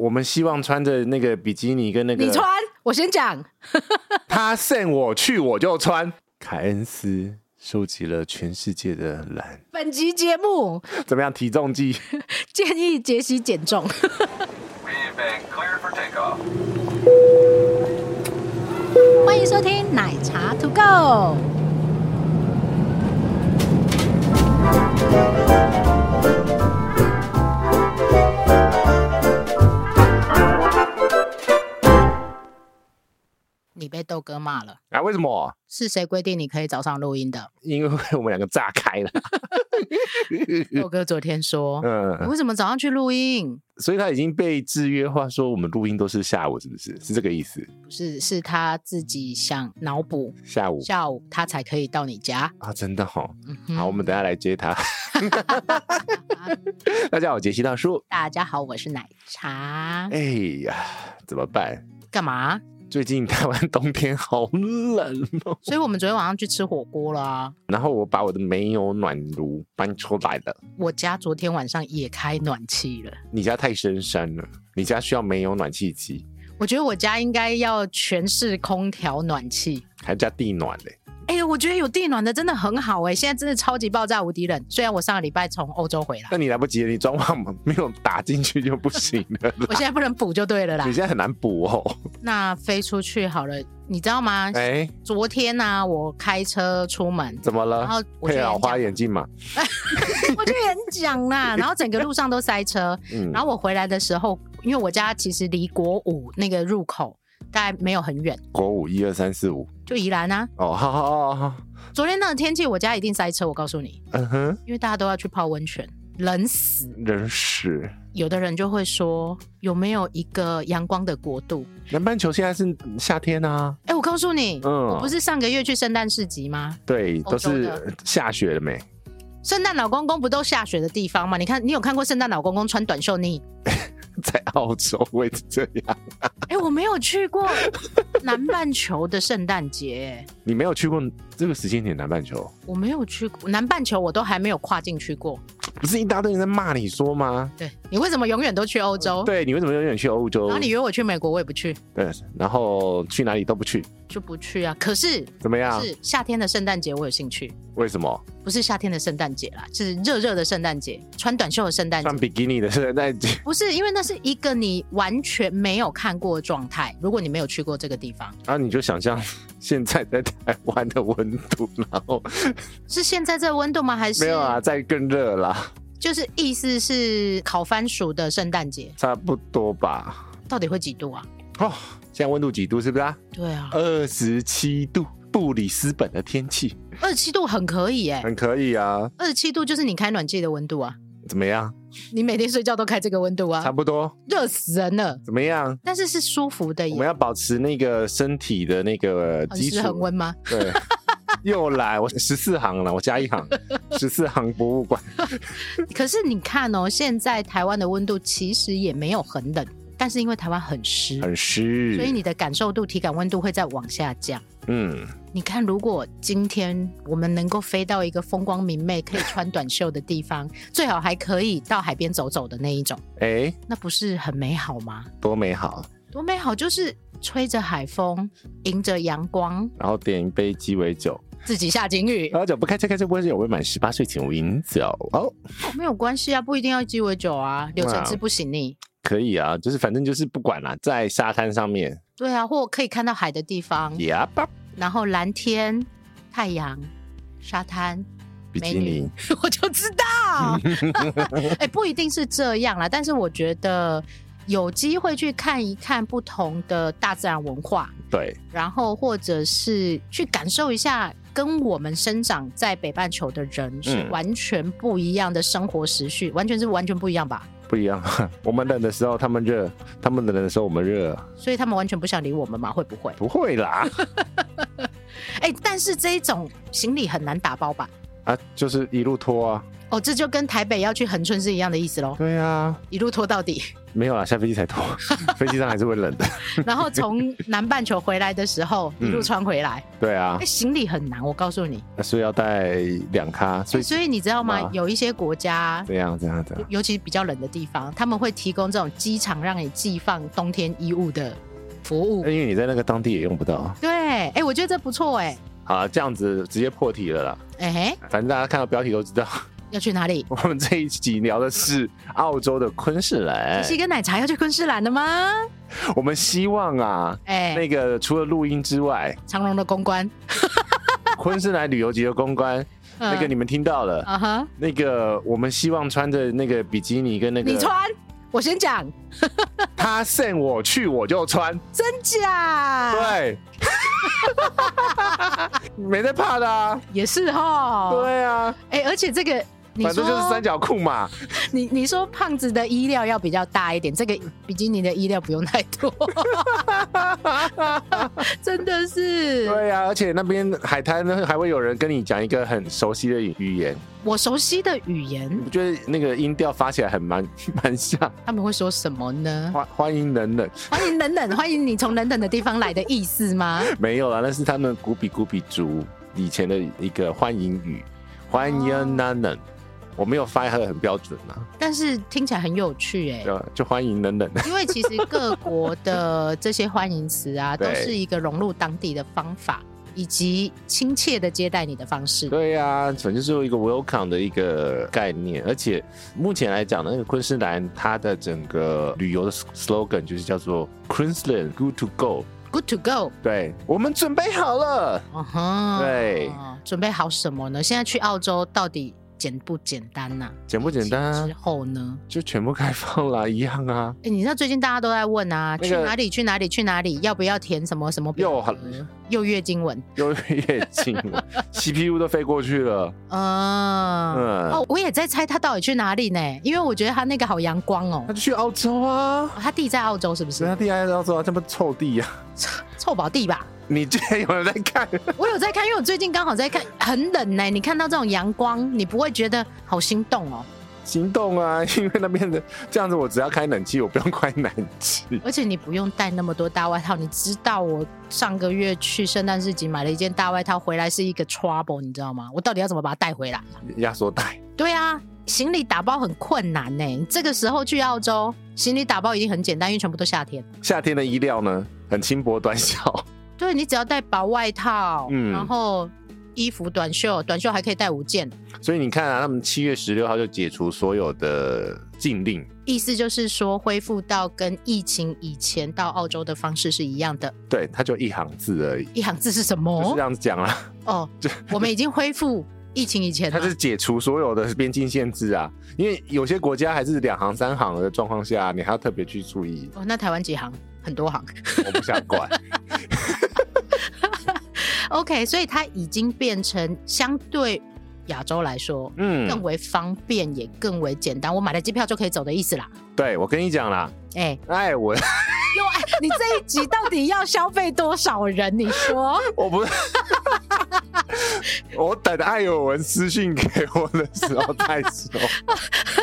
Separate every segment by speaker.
Speaker 1: 我们希望穿着那个比基尼跟那个，
Speaker 2: 你穿，我先讲。
Speaker 1: 他 send 我去我就穿。凯恩斯收集了全世界的蓝，
Speaker 2: 本集节目
Speaker 1: 怎么样？体重计
Speaker 2: 建议杰西减重。
Speaker 3: We've been cleared for takeoff.
Speaker 2: 欢迎收听奶茶 To Go。你被豆哥骂了，
Speaker 1: 啊？为什么？
Speaker 2: 是谁规定你可以早上录音的？
Speaker 1: 因为我们两个炸开 了。
Speaker 2: 豆哥昨天说，你
Speaker 1: 嗯，
Speaker 2: 为什么早上去录音？
Speaker 1: 所以他已经被制约化，说我们录音都是下午，是不是？是这个意思？
Speaker 2: 不是，是他自己想脑补，
Speaker 1: 下午
Speaker 2: 下午他才可以到你家。
Speaker 1: 啊，真的哈、哦。
Speaker 2: 嗯哼
Speaker 1: 好，我们等下来接 他。大家好，我杰西大叔。
Speaker 2: 大家好，我是奶茶。
Speaker 1: 哎呀，怎么办？
Speaker 2: 干嘛？
Speaker 1: 最近台湾冬天好冷哦。
Speaker 2: 所以我们昨天晚上去吃火锅了啊。
Speaker 1: 然后我把我的煤油暖炉搬出来了。
Speaker 2: 我家昨天晚上也开暖气了，
Speaker 1: 你家太深山了，你家需要煤油暖气机，
Speaker 2: 我觉得我家应该要全是空调暖气。
Speaker 1: 还加地暖嘞、
Speaker 2: 哎、我觉得有地暖的真的很好哎、现在真的超级爆炸无敌冷。虽然我上个礼拜从欧 洲回来
Speaker 1: 那，你来不及了，你装潢没有打进去就不行了啦。
Speaker 2: 我现在不能补就对了啦
Speaker 1: 你。现在很难补 哦。
Speaker 2: 那飞出去好了，你知道吗？
Speaker 1: 哎、
Speaker 2: 昨天呢、我开车出门，
Speaker 1: 怎么
Speaker 2: 然
Speaker 1: 了？
Speaker 2: 后我去
Speaker 1: 啊配老
Speaker 2: 演
Speaker 1: 花
Speaker 2: 讲，
Speaker 1: 眼镜嘛。
Speaker 2: 我去演讲 啦，然后整个路上都塞车，
Speaker 1: 嗯
Speaker 2: 然后我回来的时候，因为我家其实离国五那个入口大概没有很远，
Speaker 1: 国五一二三四五。
Speaker 2: 就宜兰啊。
Speaker 1: 哦，好好好好。好
Speaker 2: 昨天那个天气，我家一定塞车，我告诉你，
Speaker 1: 嗯哼，
Speaker 2: 因为大家都要去泡温泉，冷死。
Speaker 1: 人屎。
Speaker 2: 有的人就会说，有没有一个阳光的国度？
Speaker 1: 南半球现在是夏天啊，
Speaker 2: 哎、我告诉你，
Speaker 1: 嗯
Speaker 2: 我不是上个月去圣诞市集吗？
Speaker 1: 对，
Speaker 2: 欧
Speaker 1: 都
Speaker 2: 洲
Speaker 1: 是
Speaker 2: 的
Speaker 1: 呃下雪了没？
Speaker 2: 圣诞老公公不都下雪的地方吗？你看，你有看过圣诞老公公穿短袖呢？
Speaker 1: 在澳洲会这样？
Speaker 2: 哎、我没有去过南半球的圣诞节、
Speaker 1: 你没有去过这个时间点南半球？
Speaker 2: 我没有去过南半球，我都还没有跨进去过。
Speaker 1: 不是一大堆人在骂你说吗？
Speaker 2: 对你为什么永远都去欧洲？
Speaker 1: 对，你为什么永远去欧洲？
Speaker 2: 然后你约我去美国，我也不去，
Speaker 1: 对，然后去哪里都不去，
Speaker 2: 就不去啊。可是
Speaker 1: 怎么样？
Speaker 2: 是夏天的圣诞节，我有兴趣。
Speaker 1: 为什么？
Speaker 2: 不是夏天的圣诞节啦，是热热的圣诞节，穿短袖的圣诞
Speaker 1: 穿
Speaker 2: 节。
Speaker 1: 比基尼的圣诞节，
Speaker 2: 不是，因为那是一个你完全没有看过的状态。如果你没有去过这个地方，
Speaker 1: 然后你就想象现在在台湾的温度，然后
Speaker 2: 是现在这温度吗？还是
Speaker 1: 没有啊，再更热啦，
Speaker 2: 就是意思是烤番薯的圣诞节
Speaker 1: 差不多吧。
Speaker 2: 到底会几度啊？
Speaker 1: 哦，现在温度几度？是不是啊？
Speaker 2: 对啊，
Speaker 1: 二十七度，布里斯本的天气
Speaker 2: 二十七度很可以哎、
Speaker 1: 很可以啊。
Speaker 2: 二十七度就是你开暖气的温度啊，
Speaker 1: 怎么样？
Speaker 2: 你每天睡觉都开这个温度
Speaker 1: 差
Speaker 2: 啊，
Speaker 1: 不多。
Speaker 2: 热死人了。
Speaker 1: 怎么样？
Speaker 2: 但是是舒服的
Speaker 1: 我们
Speaker 2: 耶，哦
Speaker 1: 要保持那个身体的那个
Speaker 2: 很
Speaker 1: 基础
Speaker 2: 湿很温 吗？
Speaker 1: 对，又来，我十四行了，我加一行，十四行博物馆。
Speaker 2: 可是你看哦，现在台湾的温度其实也没有很冷，但是因为台湾很湿，
Speaker 1: 很湿，
Speaker 2: 所以你的感受度、体感温度会再往下降。
Speaker 1: 嗯，
Speaker 2: 你看，如果今天我们能够飞到一个风光明媚、可以穿短袖的地方， 最好还可以到海边走走的那一种，
Speaker 1: 哎、
Speaker 2: 那不是很美好吗？
Speaker 1: 多美好！
Speaker 2: 多美好，就是吹着海风，迎着阳光，
Speaker 1: 然后点一杯鸡尾酒，
Speaker 2: 自己下哦警 语、
Speaker 1: 喝酒不开车，开车不喝酒，未满十八岁请勿饮酒。哦，
Speaker 2: 没有关系啊，不一定要鸡尾酒啊，柳橙
Speaker 1: 哇哦
Speaker 2: 汁不行你。
Speaker 1: 可以啊，就是反正就是不管啦，在沙滩上面，
Speaker 2: 对啊，或可以看到海的地方，
Speaker 1: 呀吧，
Speaker 2: 然后蓝天、太阳、沙滩，
Speaker 1: 比
Speaker 2: 美
Speaker 1: 基尼
Speaker 2: 女，我就知道。哎、不一定是这样啦，但是我觉得有机会去看一看不同的大自然文化，
Speaker 1: 对，
Speaker 2: 然后或者是去感受一下。跟我们生长在北半球的人是
Speaker 1: 嗯
Speaker 2: 完全不一样的生活时序，完全是完全不一样吧，
Speaker 1: 不一样。 我们冷的时候他们热，他们冷的时候我们热，
Speaker 2: 所以他们完全不想理我们嘛？会不会？
Speaker 1: 不会 啦。
Speaker 2: 哎、但是这一种行李很难打包吧？
Speaker 1: 啊，就是一路拖啊，
Speaker 2: 哦，这就跟台北要去恒春是一样的意思 喽，
Speaker 1: 对啊，
Speaker 2: 一路拖 到底。
Speaker 1: 没有啦，下飞机才 脱，飞机上还是会冷的。
Speaker 2: 然后从南半球回来的时候，
Speaker 1: 嗯
Speaker 2: 一路穿回来，
Speaker 1: 对啊
Speaker 2: 哎、，行李很难，我告诉你。
Speaker 1: 那所以要带两咖，所
Speaker 2: 所以
Speaker 1: 以
Speaker 2: 你知道吗
Speaker 1: 哇？
Speaker 2: 有一些国家，
Speaker 1: 怎样怎样怎样，
Speaker 2: 尤其比较冷的地方，他们会提供这种机场让你寄放冬天衣物的服务。
Speaker 1: 那因为你在那个当地也用不到。
Speaker 2: 对，哎、我觉得这不错、哎
Speaker 1: 好啦，这样子直接破题了啦。
Speaker 2: 哎、嘿
Speaker 1: 反正大家看到标题都知道，
Speaker 2: 要去哪里？
Speaker 1: 我们这一集聊的是澳洲的昆士兰。
Speaker 2: 西跟奶茶要去昆士兰的吗？
Speaker 1: 我们希望啊，
Speaker 2: 哎、
Speaker 1: 那个除了录音之外，
Speaker 2: 长隆的公关，
Speaker 1: 昆士兰旅游节的公关，
Speaker 2: 嗯
Speaker 1: 那个你们听到了。
Speaker 2: 啊哈，
Speaker 1: 那个我们希望穿着那个比基尼跟那个
Speaker 2: 你穿，我先讲，
Speaker 1: 他 send 我去我就穿，
Speaker 2: 真假？，
Speaker 1: 对，没在怕的啊，
Speaker 2: 也是哈。，
Speaker 1: 对啊，
Speaker 2: 哎、而且这个。你
Speaker 1: 反
Speaker 2: 说
Speaker 1: 正就是三角裤嘛，
Speaker 2: 你你说胖子的衣料要比较大一点，这个比基尼的衣料不用太多， 真的是。
Speaker 1: 对啊，而且那边海滩呢还会有人跟你讲一个很熟悉的语言，
Speaker 2: 我熟悉的语言，
Speaker 1: 我觉得那个音调发起来很蛮蛮像
Speaker 2: 他们会说什么呢？
Speaker 1: 欢欢迎冷冷，
Speaker 2: 欢迎冷冷，欢迎你从冷冷的地方来的意思吗？
Speaker 1: 没有啦，那是他们古比古比族以前的一个欢迎语，欢迎冷冷，我没有发音很标准啊，
Speaker 2: 但是听起来很有趣哎、
Speaker 1: 对吧就欢迎冷冷。
Speaker 2: 因为其实各国的这些欢迎词啊，都
Speaker 1: 对
Speaker 2: 是一个融入当地的方法，以及亲切的接待你的方式。
Speaker 1: 对呀、反正就是有一个 welcome 的一个概念，而且目前来讲呢，那个昆士兰它的整个旅游的 slogan 就是叫做 Queensland Good to Go，
Speaker 2: Good to go，
Speaker 1: 对我们准备好了，
Speaker 2: 嗯哼，
Speaker 1: 对，
Speaker 2: 准备好什么呢？现在去澳洲到底简不简单呐、
Speaker 1: 简不简单啊
Speaker 2: 之？后呢？
Speaker 1: 就全部开放啦，一样 啊，
Speaker 2: 哎、你知道最近大家都在问啊，
Speaker 1: 那个
Speaker 2: 去哪里？去哪里？去哪里？要不要填什么什么表格？又月经文，
Speaker 1: 又越近了 ，CPU 都飞过去了，
Speaker 2: 嗯，
Speaker 1: 嗯
Speaker 2: 哦，我也在猜他到底去哪里呢？因为我觉得他那个好阳光哦
Speaker 1: 那，就去澳洲啊
Speaker 2: 哦，他弟在澳洲是不
Speaker 1: 人
Speaker 2: 是
Speaker 1: 家？地还在澳洲啊，这么臭地呀、啊，
Speaker 2: 臭宝弟吧？
Speaker 1: 你居然有人在看，
Speaker 2: 我有在看，因为我最近刚好在看，很冷呢、你看到这种阳光，你不会觉得好心动哦，
Speaker 1: 行动啊，因为那边的这样子，我只要开冷气，我不用开暖气。
Speaker 2: 而且你不用带那么多大外套。你知道我上个月去圣诞市集买了一件大外套回来是一个 trouble，你知道吗？我到底要怎么把它带回来？
Speaker 1: 压缩带。
Speaker 2: 对啊，行李打包很困难呢、你这个时候去澳洲，行李打包已经很简单，因为全部都夏天。
Speaker 1: 夏天的衣料呢，很轻薄短小，
Speaker 2: 对你只要带薄外套，
Speaker 1: 嗯
Speaker 2: 然后衣服、短袖，短袖还可以带五件。
Speaker 1: 所以你看啊，他们七月十六号就解除所有的禁令，
Speaker 2: 意思就是说，恢复到跟疫情以前到澳洲的方式是一样的。
Speaker 1: 对，它就一行字而已，
Speaker 2: 一行字是
Speaker 1: 就
Speaker 2: 什
Speaker 1: 是
Speaker 2: 么
Speaker 1: 这？样子讲啦。
Speaker 2: 哦，我们已经恢复疫情以前
Speaker 1: 它
Speaker 2: 了。
Speaker 1: 是。解除所有的边境限制啊，因为有些国家还是两行三行的状况下，你还要特别去注意
Speaker 2: 哦，那台湾几行？很多行。
Speaker 1: 我不想管，
Speaker 2: OK，所以它已经变成相对亚洲来说。更
Speaker 1: 嗯，
Speaker 2: 为方便，也更为简单。我买了机票就可以走的意思啦。
Speaker 1: 对我跟你讲啦，
Speaker 2: 哎、
Speaker 1: 哎，我
Speaker 2: 又哎， 你这一集到底要消费多少人？你说
Speaker 1: 我不是。 我等艾尔文私信给我的时候再说。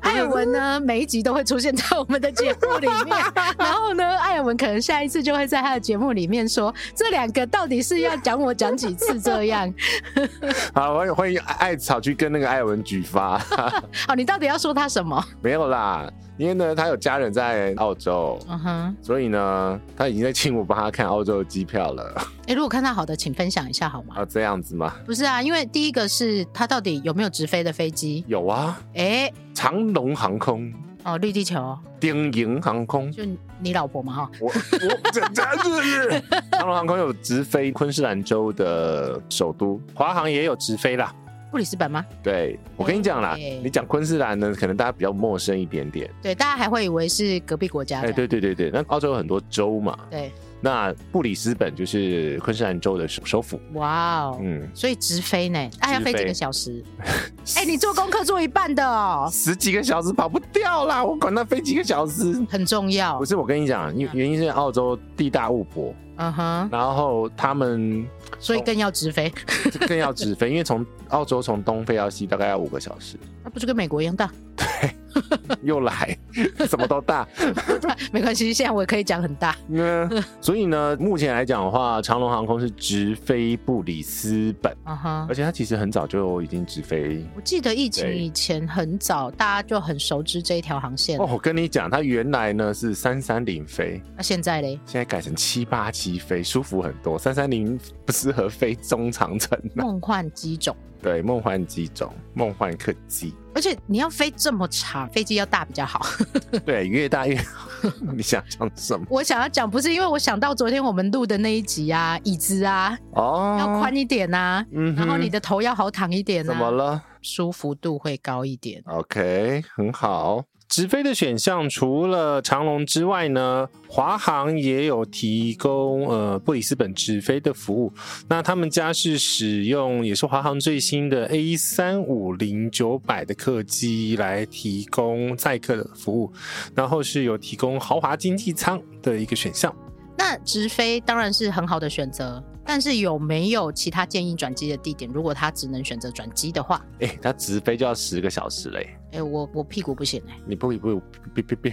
Speaker 2: 艾尔文呢？每一集都会出现在我们的节目里 面，然后呢，艾尔文可能下一次就会在他的节目里面说，这两个到底是要讲我讲几次这 样？
Speaker 1: 好，欢迎欢迎艾草去跟那个艾尔文举发。
Speaker 2: 哦，你到底要说他什么？
Speaker 1: 没有啦，因为呢，他有家人在澳洲，
Speaker 2: 嗯哼，
Speaker 1: 所以呢，他已经在请我帮他看澳洲的机票了。
Speaker 2: 哎，如果看到好的，请分享一下好吗？
Speaker 1: 啊，这样子吗？
Speaker 2: 不是啊，因为第一个是他到底有没有直飞的飞机？
Speaker 1: 有啊，
Speaker 2: 哎，
Speaker 1: 长龙航空、
Speaker 2: 哦，绿地球，
Speaker 1: 丁营航空，
Speaker 2: 就你老婆嘛哈。
Speaker 1: 我我这这这， 长龙航空有直飞昆士兰州的首都，华航也有直飞啦。
Speaker 2: 布里斯本吗？
Speaker 1: 对，我跟你讲啦，
Speaker 2: 对
Speaker 1: 你讲昆士兰呢，可能大家比较陌生一点点。
Speaker 2: 对，大家还会以为是隔壁国家这
Speaker 1: 哎，
Speaker 2: 样。
Speaker 1: 对对对对，那澳洲有很多州嘛，
Speaker 2: 对，
Speaker 1: 那布里斯本就是昆士兰州的首首府。
Speaker 2: 哇哦，
Speaker 1: 嗯，
Speaker 2: 所以直飞呢，哎、要
Speaker 1: 直
Speaker 2: 飞几
Speaker 1: 飞
Speaker 2: 个 小时？哎、你做功课做一半的哦，
Speaker 1: 十几个小时跑不掉啦，我管它飞几个小时。
Speaker 2: 很重要
Speaker 1: 不。是，我跟你讲，因原因是澳洲地大物博，
Speaker 2: 嗯哼，
Speaker 1: 然后他们
Speaker 2: 所以更要直飞，
Speaker 1: 哦更要直飞，因为从澳洲从东飞到西大概要五个小时，
Speaker 2: 那啊不是跟美国一样大？
Speaker 1: 又来 什么都大。
Speaker 2: 没关系，现在我可以讲很大。
Speaker 1: 那所以呢，目前来讲的话，长龙航空是直飞布里斯本，
Speaker 2: 嗯哼
Speaker 1: 而。且它其实很早就已经直飞。哦
Speaker 2: 我记得疫情
Speaker 1: 对
Speaker 2: 以前很早，大家就很熟知这一条航线。
Speaker 1: 哦，我跟你讲，它原来呢是三三零飞，
Speaker 2: 那现在嘞？
Speaker 1: 现在改成七八七飞，舒服很多。三三零不适合飞中长程啊，
Speaker 2: 梦幻机种，
Speaker 1: 对，梦幻机种，梦幻客 机，
Speaker 2: 而且你要飞这么长，飞机要大比较好。
Speaker 1: 对，越大越好。 你想讲什么？
Speaker 2: 我想要讲，不是因为我想到昨天我们录的那一集啊，椅子啊
Speaker 1: 哦，
Speaker 2: 要宽，一点啊，
Speaker 1: 嗯哼
Speaker 2: 然后你的头要好躺一点
Speaker 1: 怎么
Speaker 2: 啊，
Speaker 1: 了
Speaker 2: 舒服度会高一点。
Speaker 1: ？OK，很好。直飞的选项除了长龙之外呢，华航也有提供呃布里斯本直飞的服务。那他们家是使用也是华航最新的 A 三五零九百的客机来提供载客的服务，然后是有提供豪华经济舱的一个选项。
Speaker 2: 那直飞当然是很好的选择，但是有没有其他建议转机的地点？如果他只能选择转机的话，
Speaker 1: 哎、它直飞就要十个小时嘞、
Speaker 2: 哎、我我屁股不行哎、
Speaker 1: 你不不不不不，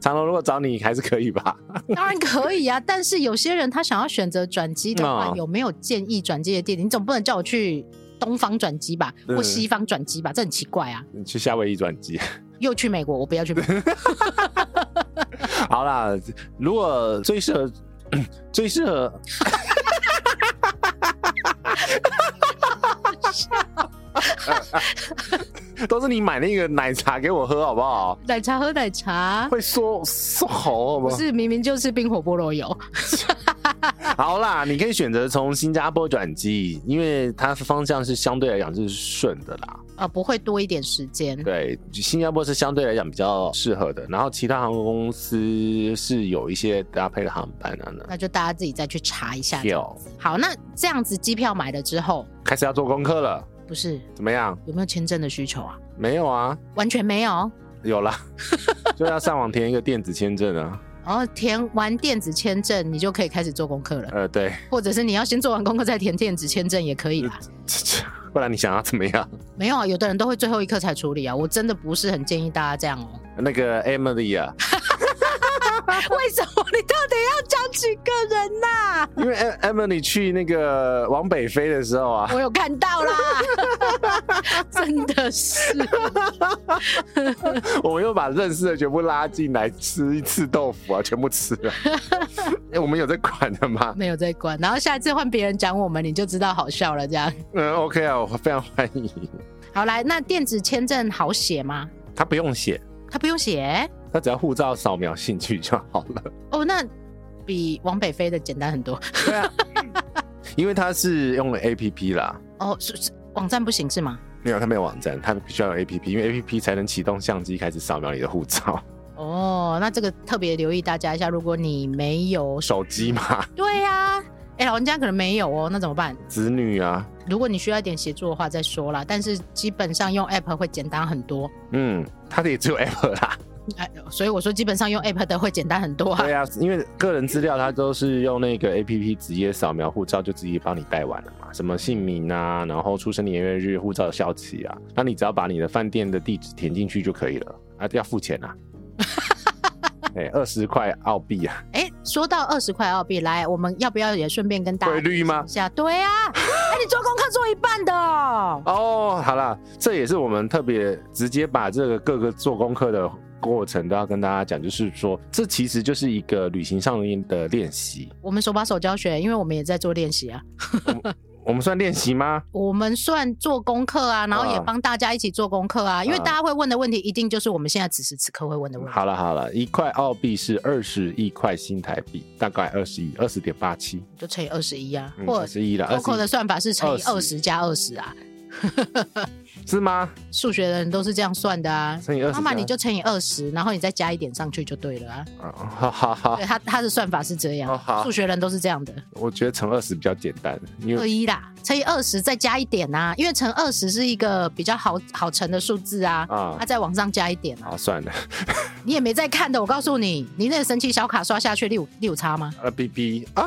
Speaker 1: 长龙如果找你还是可以吧？
Speaker 2: 当然可以啊，但是有些人他想要选择转机的话，
Speaker 1: 嗯
Speaker 2: 有没有建议转机的地点？你总不能叫我去东方转机吧，
Speaker 1: 嗯
Speaker 2: 或西方转机吧？这很奇怪啊！
Speaker 1: 你去夏威夷转机。
Speaker 2: 又去美国，我不要去美 国。
Speaker 1: 好啦，如果最适合 最适合， 都是你买那个奶茶给我喝好不好？
Speaker 2: 奶茶喝奶茶，
Speaker 1: 会缩缩喉好不
Speaker 2: 不
Speaker 1: 好？
Speaker 2: 是明明就是冰火菠萝油。
Speaker 1: 好啦，你可以选择从新加坡转机，因为它的方向是相对来讲是顺的啦。
Speaker 2: 啊，不会多一点时间。
Speaker 1: 对，新加坡是相对来讲比较适合的，然后其他航空公司是有一些搭配的航班啊，
Speaker 2: 那就大家自己再去查一下。
Speaker 1: 有
Speaker 2: 好，那这样子机票买了之后，
Speaker 1: 开始要做功课了，
Speaker 2: 不是
Speaker 1: 怎么样？
Speaker 2: 有没有签证的需求啊？
Speaker 1: 没有啊，
Speaker 2: 完全没有。
Speaker 1: 有啦，就要上网填一个电子签证啊。
Speaker 2: 然后哦填完电子签证，你就可以开始做功课了，
Speaker 1: 呃，对，
Speaker 2: 或者是你要先做完功课再填电子签证也可以啦。
Speaker 1: 不然你想要怎么样？
Speaker 2: 没有啊，有的人都会最后一刻才处理啊，我真的不是很建议大家这 样哦。
Speaker 1: 那个 Emily 啊，
Speaker 2: 为什么你到底要讲几个人呐、
Speaker 1: 因为 Em- Emily 去那个往北飞的时候啊，
Speaker 2: 我有看到啦，真的是
Speaker 1: 我们又把认识的全部拉进来吃一次豆腐啊，全部吃了。哎我们有在管的吗？
Speaker 2: 没有在管。然后下一次换别人讲我们，你就知道好笑了。这样
Speaker 1: 嗯，OK 啊，我非常欢迎。
Speaker 2: 好来，那电子签证好写吗？
Speaker 1: 他不用写，
Speaker 2: 他不用写
Speaker 1: 他只要护照扫描进去就好了。
Speaker 2: 哦，那比往北飞的简单很多
Speaker 1: 对啊，因为他是用了 APP 啦，
Speaker 2: 哦。是是网站不行是吗？
Speaker 1: 没有他没有网站，他必须要有 APP，因为 APP 才能启动相机开始扫描你的护照。
Speaker 2: 哦，那这个特别留意大家一下，如果你没有，
Speaker 1: 手机嘛，
Speaker 2: 对呀、哎，老人家可能没有哦，那怎么办？
Speaker 1: 子女啊，
Speaker 2: 如果你需要一点协助的话再说啦，但是基本上用 app 会简单很多，
Speaker 1: 嗯，他的也只有 Apple 啦。
Speaker 2: 哎，所以我说基本上用 app 的会简单很多啊
Speaker 1: 对。啊，因为个人资料他都是用那个 APP 直接扫描护照，就直接帮你带完了嘛。什么姓名啊，然后出生年月日、护照的效期啊，那你只要把你的饭店的地址填进去就可以了啊，要付钱啊。哎，二十块澳币啊，
Speaker 2: 哎、说到二十块澳币，来，我们要不要也顺便跟大家
Speaker 1: 汇率吗
Speaker 2: 一？下？对啊，哎、你做功课做一半的哦。
Speaker 1: 哦，好啦，这也是我们特别直接把这个各个做功课的过程都要跟大家讲，就是说，这其实就是一个旅行上面的练习。
Speaker 2: 我们手把手教学，因为我们也在做练习啊，
Speaker 1: 我们算练习吗？
Speaker 2: 我们算做功课啊，然后也
Speaker 1: 啊
Speaker 2: 帮大家一起做功课啊，因为
Speaker 1: 啊
Speaker 2: 大家会问的问题，一定就是我们现在此时此刻会问的问题。
Speaker 1: 好了好了，一块澳币是二十一块新台币，大概二十一二十点八七，
Speaker 2: 就乘以二十一啊，
Speaker 1: 嗯，
Speaker 2: 或
Speaker 1: 二十一了，
Speaker 2: Coco
Speaker 1: 二
Speaker 2: 的
Speaker 1: 十
Speaker 2: 算法是乘以
Speaker 1: 20
Speaker 2: 二十加二十啊，
Speaker 1: 是吗？
Speaker 2: 数学的人都是这样算的啊。
Speaker 1: 乘以二十，
Speaker 2: 妈妈，你就乘以二十，然后你再加一点上去就对了啊。
Speaker 1: 啊好好好
Speaker 2: 对，他他的算法是这
Speaker 1: 哦
Speaker 2: 样
Speaker 1: 好，
Speaker 2: 数学人都是这样的。
Speaker 1: 我觉得乘二十比较简单，因
Speaker 2: 二
Speaker 1: 为
Speaker 2: 一啦，乘以二十再加一点啊，因为乘二十是一个比较好好乘的数字啊，
Speaker 1: 啊
Speaker 2: 啊，再往上加一点啊，
Speaker 1: 啊算了，
Speaker 2: 你也没在看的，我告诉你，你那个神奇小卡刷下去六六叉吗？
Speaker 1: 二 B B 啊，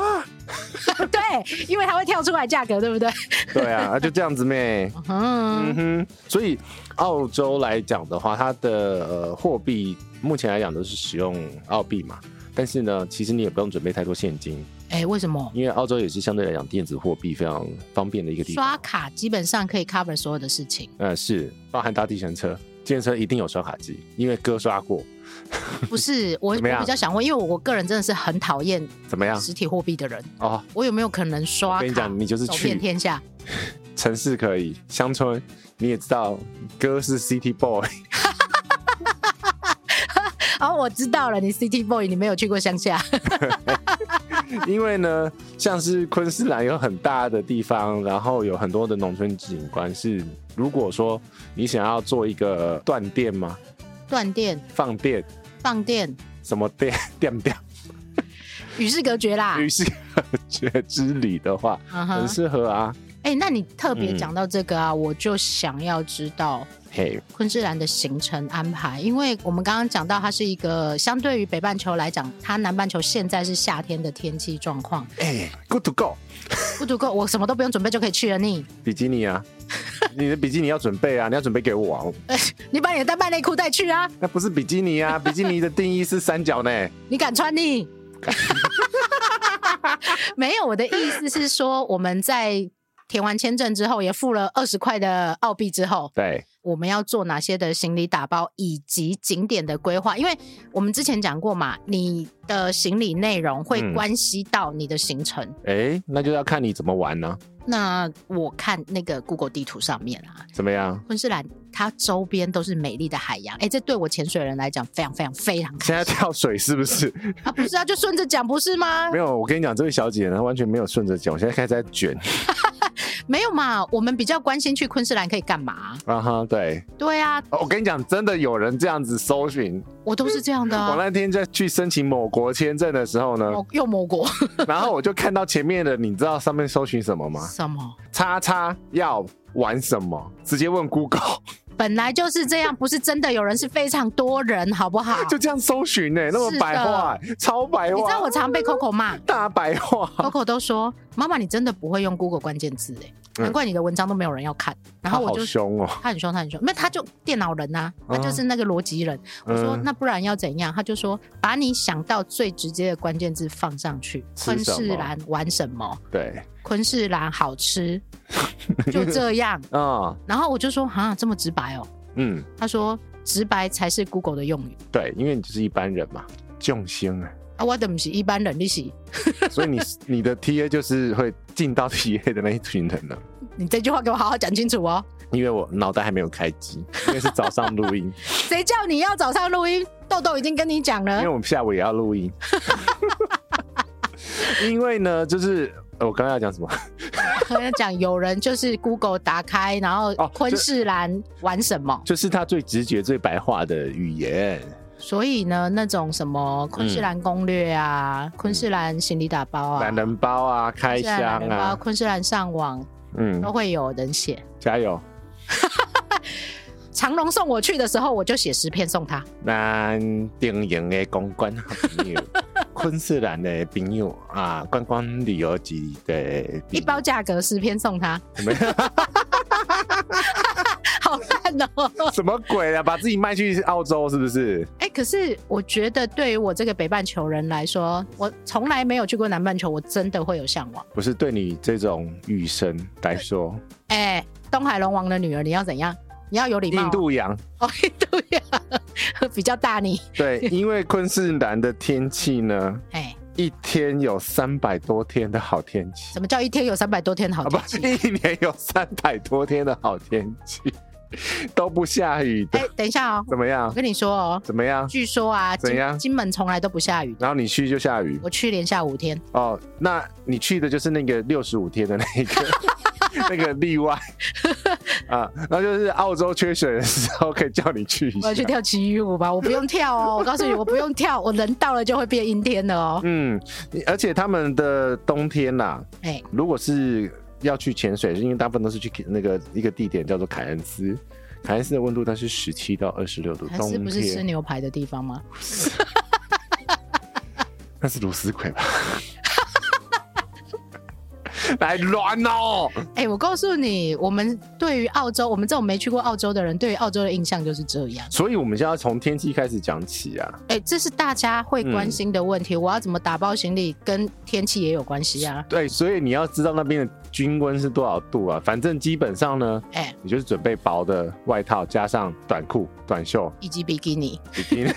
Speaker 2: 对，因为它会跳出来价格，对不对？
Speaker 1: 对啊，啊就这样子咩。 嗯
Speaker 2: 嗯，
Speaker 1: 哼，所以澳洲来讲的话，它的呃货币目前来讲都是使用澳币嘛。但是呢，其实你也不用准备太多现金，
Speaker 2: 哎、为什么？
Speaker 1: 因为澳洲也是相对来讲电子货币非常方便的一个地方。
Speaker 2: 刷卡基本上可以 cover 所有的事 情，
Speaker 1: 呃，是包含搭计程车，计程车一定有刷卡机，因为哥刷过。
Speaker 2: 不是我我
Speaker 1: 怎么样
Speaker 2: 比较想问，因为我个人真的是很讨厌
Speaker 1: 怎么样？
Speaker 2: 实体货币的人，
Speaker 1: 哦，
Speaker 2: 我有没有可能
Speaker 1: 我
Speaker 2: 刷
Speaker 1: 跟你
Speaker 2: 卡
Speaker 1: 讲，你就是
Speaker 2: 走遍
Speaker 1: 去
Speaker 2: 天下？
Speaker 1: 城市可以，乡村你也知道，哥是 City Boy，
Speaker 2: 哦，我知道了，你 City Boy，你没有去过乡下，
Speaker 1: 因为呢，像是昆士兰有很大的地方，然后有很多的农村景观是，如果说你想要做一个断电吗？
Speaker 2: 断电、
Speaker 1: 放电
Speaker 2: 放电、
Speaker 1: 什么电电掉
Speaker 2: 与世隔绝啦。
Speaker 1: 与世隔绝之旅的话，
Speaker 2: 嗯哼
Speaker 1: 很适合啊。
Speaker 2: 哎、那你特别
Speaker 1: 嗯
Speaker 2: 讲到这个啊，我就想要知道
Speaker 1: 嘿，
Speaker 2: 昆士兰的行程安排，因为我们刚刚讲到，它是一个相对于北半球来讲，它南半球现在是夏天的天气状况，
Speaker 1: 哎，Good to go，
Speaker 2: 不足够，我什么都不用准备就可以去了你。
Speaker 1: 比基尼啊，你的比基尼要准备啊，你要准备给我啊，
Speaker 2: 你把你的单半内裤带去啊，
Speaker 1: 那不是比基尼啊，比基尼的定义是三角呢。
Speaker 2: 你敢穿你？ 没有，我的意思是说，我们在填完签证之后，也付了二十块的澳币之后，
Speaker 1: 对，
Speaker 2: 我们要做哪些的行李打包，以及景点的规划。因为我们之前讲过嘛，你的行李内容会
Speaker 1: 嗯
Speaker 2: 关系到你的行程。
Speaker 1: 哎，那就要看你怎么玩呢、
Speaker 2: 那我看那个 Google 地图上面啊，
Speaker 1: 怎么样？
Speaker 2: 昆士兰它周边都是美丽的海洋。哎、这对我潜水人来讲非常非常非常
Speaker 1: 现
Speaker 2: 开
Speaker 1: 在跳水是不是？
Speaker 2: 心啊！不是啊，就顺着讲不是吗
Speaker 1: 没？有，我跟你讲，这位小姐呢，完全没有顺着讲，我现在开始在 卷。
Speaker 2: 没有嘛，我们比较关心去昆士兰可以干嘛？
Speaker 1: 啊哈，对，
Speaker 2: 对啊，
Speaker 1: 哦我跟你讲，真的有人这样子搜寻。
Speaker 2: 我都是这样的、
Speaker 1: 我
Speaker 2: 啊。哦
Speaker 1: 那天在去申请某国签证的时候呢，
Speaker 2: 我又摸过
Speaker 1: 然后我就看到前面的，你知道上面搜寻什么吗？
Speaker 2: 什么？
Speaker 1: 叉叉要玩什么？直接问 Google，
Speaker 2: 本来就是这样，不是真的有人，是非常多人，好不好？
Speaker 1: 就这样搜寻呢、那么
Speaker 2: 是的
Speaker 1: 白话、超白话，
Speaker 2: 你知道我常
Speaker 1: 哎
Speaker 2: 被 Coco 骂
Speaker 1: 大白话。
Speaker 2: ，Coco 都说：“妈妈，你真的不会用 Google 关键字哎，
Speaker 1: 嗯
Speaker 2: 难怪你的文章都没有人要看。”然后
Speaker 1: 他
Speaker 2: 我
Speaker 1: 好
Speaker 2: 就
Speaker 1: 凶哦，
Speaker 2: 他很凶，他很凶，没有他就电脑人呐、
Speaker 1: 啊
Speaker 2: 他就是那个逻辑人。我说：“
Speaker 1: 嗯
Speaker 2: 那不然要怎样？”他就说：“把你想到最直接的关键字放上去，
Speaker 1: 吃
Speaker 2: 昆
Speaker 1: 什么
Speaker 2: 士兰玩什么，
Speaker 1: 对，
Speaker 2: 昆士兰好吃，就这样。
Speaker 1: 啊、”
Speaker 2: 然后我就说：“哈，这么直白哦。
Speaker 1: 嗯，”
Speaker 2: 他说：“直白才是 Google 的用语
Speaker 1: 对，因为你就是一般人嘛，众星啊，
Speaker 2: 啊，我的不是一般人，你是
Speaker 1: 所以你你的 TA 就是会进到 TA 的那一群人了。
Speaker 2: 你这句话给我好好讲清楚哦。”
Speaker 1: 因为我脑袋还没有开机，因为是早上录 音，
Speaker 2: 谁叫你要早上录音？豆豆已经跟你讲
Speaker 1: 因
Speaker 2: 了
Speaker 1: 为，我们下午也要录音。 因为呢，就是呃我刚刚要讲什么？
Speaker 2: 跟他讲有人就是 Google 打开，然后
Speaker 1: 哦
Speaker 2: 昆士兰玩什么？
Speaker 1: 就是他最直觉、最白话的语言。
Speaker 2: 所以呢，那种什么昆士兰攻略啊，昆士兰行李打包啊，
Speaker 1: 嗯懒人包啊，开
Speaker 2: 昆士兰
Speaker 1: 箱
Speaker 2: 懒人包、
Speaker 1: 啊，
Speaker 2: 昆士兰上网
Speaker 1: 嗯
Speaker 2: 都，会有人写。
Speaker 1: 加油！
Speaker 2: 长隆送我去的时候，我就写十篇送
Speaker 1: 嗯
Speaker 2: 他。
Speaker 1: 咱经营的公关好朋 友，昆士兰的朋友啊，观光旅游局的朋友
Speaker 2: 一包价格十篇送他， 好烂哦！
Speaker 1: 什么鬼啊？把自己卖去澳洲是不是？
Speaker 2: 哎、可是我觉得对于我这个北半球人来说，我从来没有去过南半球，我真的会有向往。
Speaker 1: 不是对你这种雨神来说，
Speaker 2: 哎、东海龙王的女儿，你要怎样？你要有礼貌啊、
Speaker 1: 印度 洋
Speaker 2: 哦，印度呀，比较大你。
Speaker 1: 对，因为昆士兰的天气呢，
Speaker 2: 哎、
Speaker 1: 一天有三百多天的好天气
Speaker 2: 什，么叫一天有三百多天好
Speaker 1: 啊不，
Speaker 2: 天 气？
Speaker 1: 一年有三百多天的好天气， 都不下雨的
Speaker 2: 哎、，等一下哦，
Speaker 1: 怎么
Speaker 2: 我
Speaker 1: 样？
Speaker 2: 跟你说哦，
Speaker 1: 怎么样？
Speaker 2: 据说啊，
Speaker 1: 怎样
Speaker 2: 金金门从来都不下雨，
Speaker 1: 然后你去就下雨，
Speaker 2: 我去连下五天，
Speaker 1: 哦，那你去的就是那个六十五天的那一个， 那个例外啊，然后就是澳洲缺水的时候可以叫你啊去一
Speaker 2: 我要去
Speaker 1: 下。
Speaker 2: 跳奇遇舞吧，我不用跳哦，我告诉你，我不用跳，我人到了就会变阴天的哦。
Speaker 1: 嗯，而且他们的冬天呐、
Speaker 2: 哎，
Speaker 1: 如果是要去潜水，因为大部分都是去那个一个地点叫做凯恩斯。凯恩斯的温度它是十七到二十六度，
Speaker 2: 还
Speaker 1: 冬
Speaker 2: 是
Speaker 1: 天
Speaker 2: 不是吃牛排的地方吗？
Speaker 1: 那是芦丝葵吧？ 来乱哦！
Speaker 2: 哎、我告诉你，我们对于澳洲，我们这种没去过澳洲的人，对于澳洲的印象就是这样。
Speaker 1: 所以我们现在要从天气开始讲起啊。
Speaker 2: 哎、这是大家会关心的问题。我要怎么打包行李，跟天气也有关系啊。
Speaker 1: 对，所以你要知道那边的均温是多少度啊。反正基本上呢，
Speaker 2: 哎、
Speaker 1: 你就是准备薄的外套加上短裤、短袖、
Speaker 2: 以及比基尼，
Speaker 1: 比 基尼。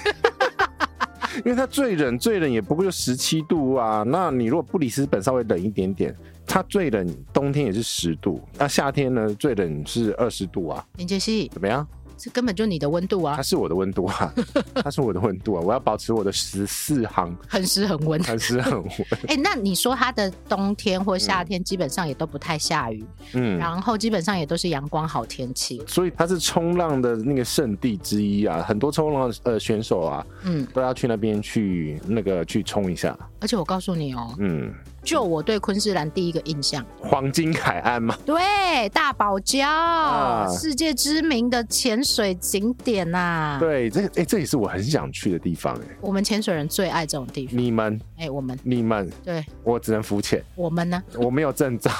Speaker 1: 因为它最冷，最冷也不过就十七度啊。那你如果布里斯本稍微冷一点点，它最冷冬天也是十度，那夏天呢最冷是二十度啊。
Speaker 2: 林杰西，
Speaker 1: 怎么样？
Speaker 2: 这根本就你的温度 啊
Speaker 1: 它，是我的温度啊，它是我的温度啊，我要保持我的十四行，
Speaker 2: 很湿很温。
Speaker 1: 还是很温。
Speaker 2: 哎、那你说它的冬天或夏天基本上也都不太下雨，
Speaker 1: 嗯，
Speaker 2: 然后基本上也都是阳光好天气。
Speaker 1: 所以它是冲浪的那个圣地之一啊，很多冲浪呃选手啊
Speaker 2: 嗯，
Speaker 1: 都要去那边去那个去冲一下。
Speaker 2: 而且我告诉你哦，
Speaker 1: 嗯，
Speaker 2: 就我对昆士兰第一个印象，
Speaker 1: 黄金海岸嘛，
Speaker 2: 对大堡礁，
Speaker 1: 啊
Speaker 2: 世界知名的潜水景点呐、，
Speaker 1: 对，这哎、这也是我很想去的地方哎、
Speaker 2: 我们潜水人最爱这种地方。
Speaker 1: 你们
Speaker 2: 哎、我们
Speaker 1: 你们，
Speaker 2: 对
Speaker 1: 我只能浮 潜，
Speaker 2: 我们呢？
Speaker 1: 我没有证照，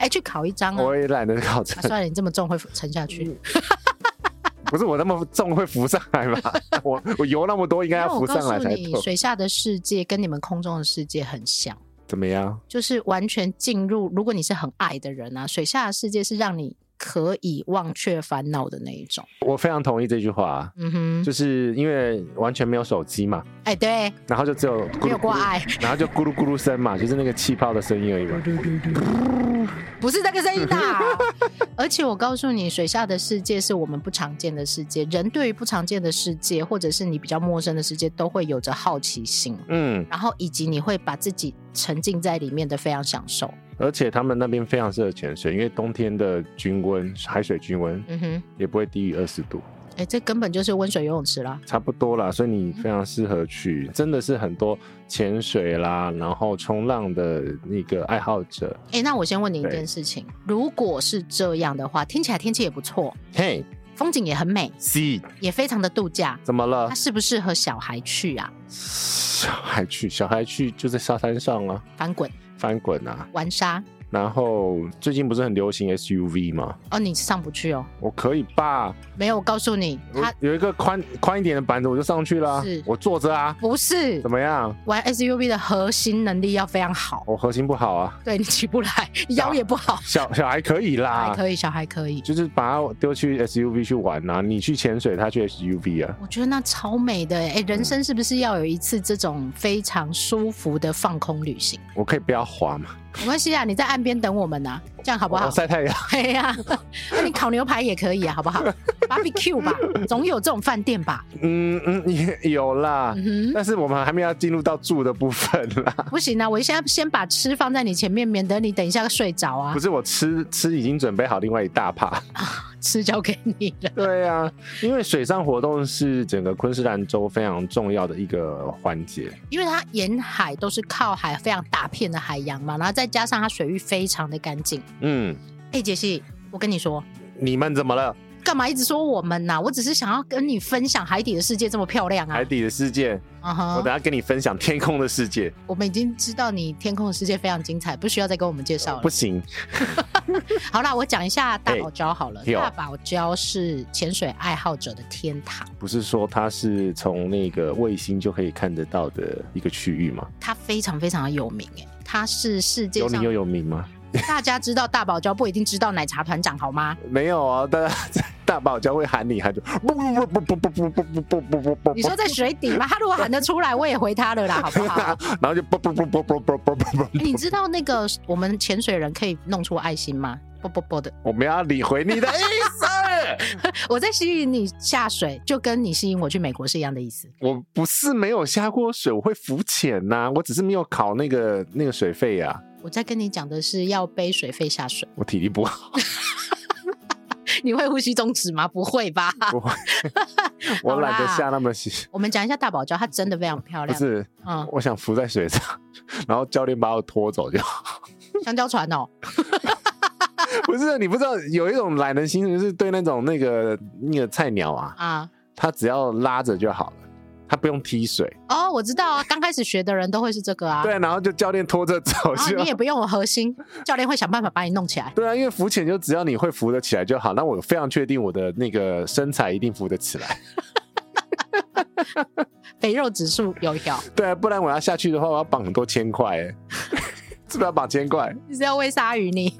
Speaker 2: 哎、去考一张啊！
Speaker 1: 我也懒得考证
Speaker 2: 啊，算了，你这么重会沉下 去。
Speaker 1: 不是我那么重会浮上来吧？ 我我游那么多，应该
Speaker 2: 那
Speaker 1: 要
Speaker 2: 我
Speaker 1: 浮
Speaker 2: 告
Speaker 1: 上来
Speaker 2: 诉
Speaker 1: 才
Speaker 2: 你，
Speaker 1: 对。
Speaker 2: 水下的世界跟你们空中的世界很像，
Speaker 1: 怎么样？
Speaker 2: 就是完全进入。如果你是很爱的人啊，水下的世界是让你可以忘却烦恼的那一种。
Speaker 1: 我非常同意这句话、啊。
Speaker 2: 嗯哼，
Speaker 1: 就是因为完全没有手机嘛，
Speaker 2: 哎、对，
Speaker 1: 然后就只有咕噜
Speaker 2: 没有
Speaker 1: 咕
Speaker 2: 过
Speaker 1: 噜，
Speaker 2: 爱，
Speaker 1: 然后就咕噜咕噜声嘛，就是那个气泡的声音而已嘛。
Speaker 2: 不是那个声音的 啊。而且我告诉你，水下的世界是我们不常见的世界，人对于不常见的世界，或者是你比较陌生的世界，都会有着好奇心。
Speaker 1: 嗯，
Speaker 2: 然后以及你会把自己沉浸在里面的非常享受。
Speaker 1: 而且他们那边非常适合潜水，因为冬天的均温海水均温
Speaker 2: 嗯哼，
Speaker 1: 也不会低于二十度，
Speaker 2: 哎，这根本就是温水游泳池啦。
Speaker 1: 差不多啦，所以你非常适合去，真的是很多潜水啦，然后冲浪的那个爱好者。
Speaker 2: 哎，那我先问你一
Speaker 1: 对
Speaker 2: 件事情：如果是这样的话，听起来天气也不错，
Speaker 1: 嘿
Speaker 2: 风景也很美，
Speaker 1: ，C
Speaker 2: 也非常的度假，
Speaker 1: 怎么了
Speaker 2: 它？适不适合小孩去啊？
Speaker 1: 小孩去，小孩去就在沙滩上啊，
Speaker 2: 翻滚、
Speaker 1: 翻滚啊，
Speaker 2: 玩沙？
Speaker 1: 然后最近不是很流行 SUV 吗？
Speaker 2: 哦，你上不去哦。
Speaker 1: 我可以吧？
Speaker 2: 没有，我告诉你，
Speaker 1: 我
Speaker 2: 它
Speaker 1: 有一个宽宽一点的板子，我就上去了啊
Speaker 2: 是。
Speaker 1: 我坐着啊，
Speaker 2: 不是
Speaker 1: 怎么样？
Speaker 2: 玩 SUV 的核心能力要非常好，
Speaker 1: 我核心不好啊，
Speaker 2: 对你起 不来，腰也不好。
Speaker 1: 小小孩可以
Speaker 2: 小孩
Speaker 1: 啦，
Speaker 2: 可以，小孩可以。
Speaker 1: 就是把它丢去 SUV 去玩啊。你去潜水，他去 SUV 啊。
Speaker 2: 我觉得那超美的
Speaker 1: 嗯
Speaker 2: 哎、欸人生是不是要有一次这种非常舒服的放空旅 行？
Speaker 1: 我可以不要滑嘛，
Speaker 2: 没关系啊，你在岸边等我们呐、这样好不好
Speaker 1: 我？ 晒太阳。
Speaker 2: 对呀、那你烤牛排也可以啊，好不好？Barbecue 吧，总有这种饭 店吧？
Speaker 1: 嗯嗯，也有啦。
Speaker 2: 嗯
Speaker 1: 但是我们还没有进入到住的部分啦，
Speaker 2: 哼，不行啊，我现在先把吃放在你前面，免得你等一下睡着 啊
Speaker 1: 不，是我吃吃已经准备好另外一大 趴。
Speaker 2: 吃交给你了。
Speaker 1: 对啊，因为水上活动是整个昆士兰州非常重要的一个环节。
Speaker 2: 因为它沿海都是靠海，非常大片的海洋嘛，然后再加上它水域非常的干净。
Speaker 1: 嗯，
Speaker 2: 哎、杰西，我跟你说，
Speaker 1: 你们怎么了？
Speaker 2: 干嘛一直说我们呐、我只是想要跟你分享海底的世界这么漂亮啊
Speaker 1: 海！底的世界，
Speaker 2: 嗯
Speaker 1: 我
Speaker 2: 哼，
Speaker 1: 等下跟你分享天空的世界。
Speaker 2: 我们已经知道你天空的世界非常精彩，不需要再跟我们介绍
Speaker 1: 不
Speaker 2: 了。
Speaker 1: 行，
Speaker 2: 好啦，我讲一下大堡礁好了。
Speaker 1: 嘿有
Speaker 2: 大堡礁是潜水爱好者的天堂，
Speaker 1: 不是说它是从那个卫星就可以看得到的一个区域吗？
Speaker 2: 它非常非常的有名诶，欸它是世界
Speaker 1: 有你
Speaker 2: 上
Speaker 1: 又有名吗？
Speaker 2: 大家知道大堡礁，不一定知道奶茶团长好吗？
Speaker 1: 没有啊，大家 大堡礁会喊你， 喊就 不不不不不不不不不不不不
Speaker 2: 你说在水底吗？他如果喊得出来，我也回他了 啦，好不好？
Speaker 1: 然后就不不不不不不不不不，
Speaker 2: 哎你知道那个我们潜水人可以弄出爱心吗？啵啵啵的，
Speaker 1: 我们要理回你的意思。
Speaker 2: 我在吸引你下水，就跟你吸引我去美国是一样的意思。
Speaker 1: 我不是没有下过水，我会浮潜呐、我只是没有考那个那个水费呀、
Speaker 2: 我在跟你讲的是要背水费下水，
Speaker 1: 我体力不好，
Speaker 2: 你会呼吸终止吗？不会吧？
Speaker 1: 我我懒得下那么细。
Speaker 2: 我们讲一下大堡礁，它真的非常漂
Speaker 1: 不
Speaker 2: 亮。
Speaker 1: 是，
Speaker 2: 嗯，
Speaker 1: 我想浮在水上， 然后教练把我拖走就好。
Speaker 2: 香蕉船哦，
Speaker 1: 不是，你不知道有一种懒人心，就是对那种那个那个菜鸟啊，
Speaker 2: 啊，
Speaker 1: 他只要拉着就好了，他不用踢水。
Speaker 2: 哦，我知道啊，刚开始学的人都会是这个啊。
Speaker 1: 对，然后就教练拖着走
Speaker 2: 然后
Speaker 1: 就
Speaker 2: 你。也不用有核心，教练会想办法把你弄起来。
Speaker 1: 对啊，因为浮潜就只要你会浮得起来就好。那我非常确定我的那个身材一定浮得起来。
Speaker 2: 肥肉指数有一条，
Speaker 1: 对啊，不然我要下去的话，我要绑很多千块、欸，是不是要绑千块？
Speaker 2: 你是要喂鲨鱼 你。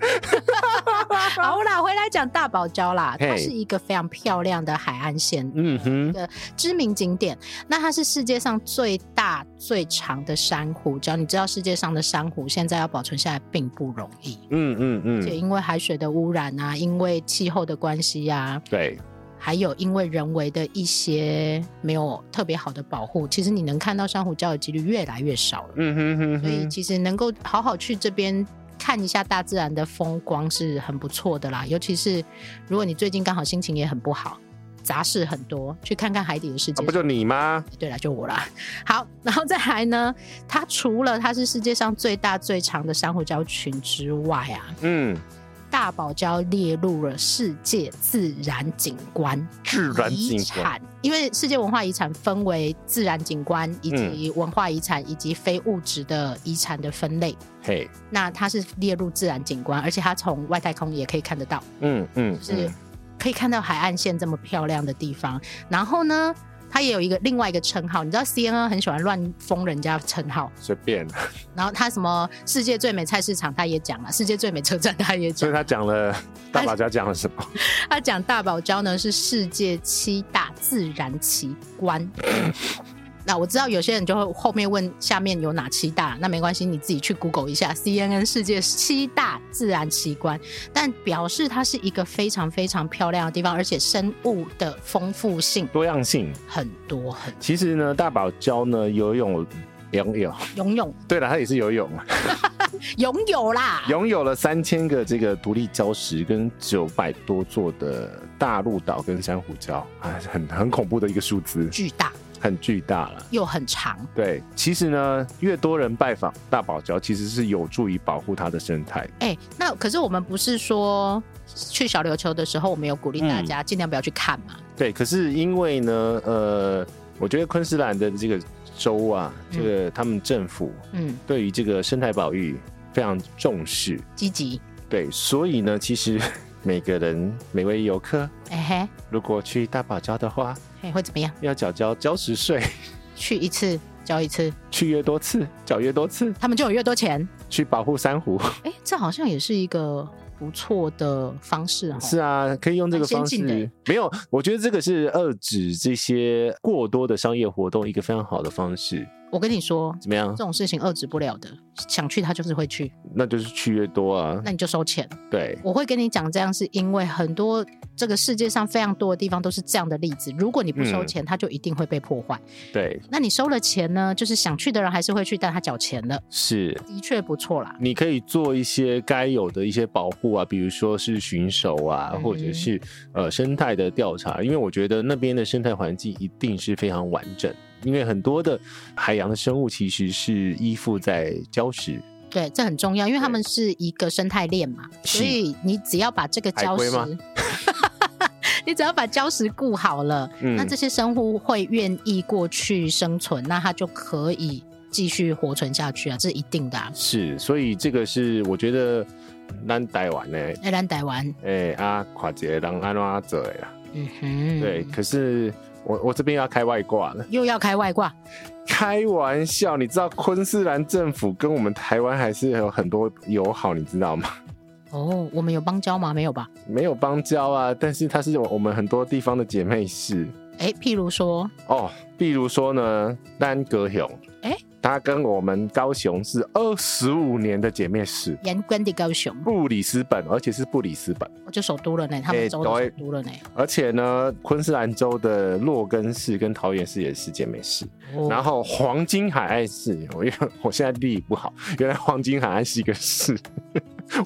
Speaker 2: 好啦，回来讲大堡礁啦，它
Speaker 1: 嘿
Speaker 2: 是一个非常漂亮的海岸线。
Speaker 1: 嗯哼，
Speaker 2: 知名景点。那它是世界上最大最长的珊瑚，只要你知道世界上的珊瑚现在要保存下来并不容易，
Speaker 1: 嗯嗯
Speaker 2: 而且
Speaker 1: 嗯，
Speaker 2: 因为海水的污染啊，因为气候的关系啊，
Speaker 1: 对，
Speaker 2: 还有因为人为的一些没有特别好的保护，其实你能看到珊瑚礁的几率越来越少了。
Speaker 1: 嗯哼哼
Speaker 2: 所以
Speaker 1: 哼，
Speaker 2: 其实能够好好去这边。看一下大自然的风光是很不错的啦，尤其是如果你最近刚好心情也很不好，杂事很多，去看看海底的世
Speaker 1: 啊
Speaker 2: 界、
Speaker 1: 不就你吗？
Speaker 2: 对啦，就我啦。好，然后再来呢，它除了它是世界上最大最长的珊瑚礁群之外啊，
Speaker 1: 嗯，
Speaker 2: 大堡礁列入了世界自然景观
Speaker 1: 自然景
Speaker 2: 遗
Speaker 1: 观，
Speaker 2: 产，因为世界文化遗产分为自然景观以
Speaker 1: 嗯
Speaker 2: 及文化遗产以及非物质的遗产的分类。
Speaker 1: 嘿，
Speaker 2: 那它是列入自然景观，而且它从外太空也可以看得到。
Speaker 1: 嗯嗯，
Speaker 2: 就是
Speaker 1: 嗯
Speaker 2: 可以看到海岸线这么漂亮的地方。然后呢，它也有一个另外一个称号，你知道 CNN 很喜欢乱封人家称号，
Speaker 1: 随便，
Speaker 2: 然后它什么世界最美菜市场，它也讲了，世界最美车站，它也
Speaker 1: 所
Speaker 2: 讲
Speaker 1: 以。他讲了大堡礁讲了什么？
Speaker 2: 它讲大堡礁呢是世界七大自然奇观。那我知道有些人就会后面问下面有哪七大，那没关系，你自己去 Google 一下 CNN 世界七大自然奇观，但表示它是一个非常非常漂亮的地方，而且生物的丰富性
Speaker 1: 多样性。
Speaker 2: 很多很
Speaker 1: 其实呢，大堡礁呢游泳。拥有，
Speaker 2: 拥有
Speaker 1: 对了，它也是游泳，
Speaker 2: 拥有啦，
Speaker 1: 拥有了三千个这个独立礁石跟九百多座的大陆岛跟珊瑚礁，啊，很很恐怖的一个数字，
Speaker 2: 巨大
Speaker 1: 很巨大了。
Speaker 2: 又很长，
Speaker 1: 对，其实呢，越多人拜访大堡礁，其实是有助于保护它的生态。
Speaker 2: 哎、那可是我们不是说去小琉球的时候，我们有鼓励大
Speaker 1: 嗯
Speaker 2: 家尽量不要去看嘛？
Speaker 1: 对，可是因为呢，呃，我觉得昆士兰的这个州啊，这个他们政府
Speaker 2: 嗯，
Speaker 1: 对于这个生态保育非常重视，
Speaker 2: 积极，
Speaker 1: 对，所以呢，其实 每个人每位游客
Speaker 2: 哎、嘿
Speaker 1: 如果去大堡礁的话，
Speaker 2: 嘿，会怎么样？
Speaker 1: 要缴交礁石税，
Speaker 2: 去一次交一次，
Speaker 1: 去越多次缴越多次，
Speaker 2: 他们就有越多钱。
Speaker 1: 去保护珊瑚。
Speaker 2: 哎、这好像也是一个不错的方式哦。
Speaker 1: 是啊，可以用这个方
Speaker 2: 蛮先进
Speaker 1: 式。没有，我觉得这个是遏制这些过多的商业活动一个非常好的方式。
Speaker 2: 我跟你说，
Speaker 1: 怎么样
Speaker 2: 这？种事情遏制不了的，想去他就是会去，
Speaker 1: 那就是去越多啊。
Speaker 2: 那你就收钱。
Speaker 1: 对，
Speaker 2: 我会跟你讲这样，是因为很多这个世界上非常多的地方都是这样的例子。如果你不收钱，它就一定会被破坏。
Speaker 1: 对，
Speaker 2: 那你收了钱呢，就是想去的人还是会去，但他缴钱了，
Speaker 1: 是。
Speaker 2: 的确不错啦。
Speaker 1: 你可以做一些该有的一些保护啊，比如说是巡守啊，
Speaker 2: 嗯
Speaker 1: 或者是呃生态的调查，因为我觉得那边的生态环境一定是非常完整，因为很多的海洋的生物其实是依附在礁石，
Speaker 2: 对，这很重要，因为他
Speaker 1: 对
Speaker 2: 们是一个生态链嘛，
Speaker 1: 是
Speaker 2: 所以你只要把这个
Speaker 1: 海
Speaker 2: 礁
Speaker 1: 龟吗
Speaker 2: 石， 你只要把礁石顾好了，
Speaker 1: 嗯
Speaker 2: 那这些生物会愿意过去生存，那它就可以继续活存下去啊，这是一定的、啊。
Speaker 1: 是，所以这个是我觉得咱台湾欸呢、
Speaker 2: 那咱台湾，
Speaker 1: 哎、啊，垮节让安拉走呀，
Speaker 2: 嗯哼，
Speaker 1: 啊对，可是我我这边要开外挂了，
Speaker 2: 又要开外挂，
Speaker 1: 开玩笑，你知道昆士兰政府跟我们台湾还是有很多友好，你知道吗？
Speaker 2: 哦，我们有邦交吗？没有吧？
Speaker 1: 没有邦交啊，但是它是我我们很多地方的姐妹市
Speaker 2: 哎，譬如说，
Speaker 1: 哦，比如说呢，丹格雄，
Speaker 2: 哎
Speaker 1: 丹它跟我们高雄是二十五年的姐妹市，
Speaker 2: 盐关的高雄，
Speaker 1: 布里斯本，而且是布里斯本。
Speaker 2: 我就首都了呢，他们州的首都了呢。
Speaker 1: 而且呢，昆士兰州的洛根市跟桃园市也是姐妹市。
Speaker 2: 哦
Speaker 1: 然后黄金海岸市，我因为我现在地理不好，原来黄金海岸是一个市，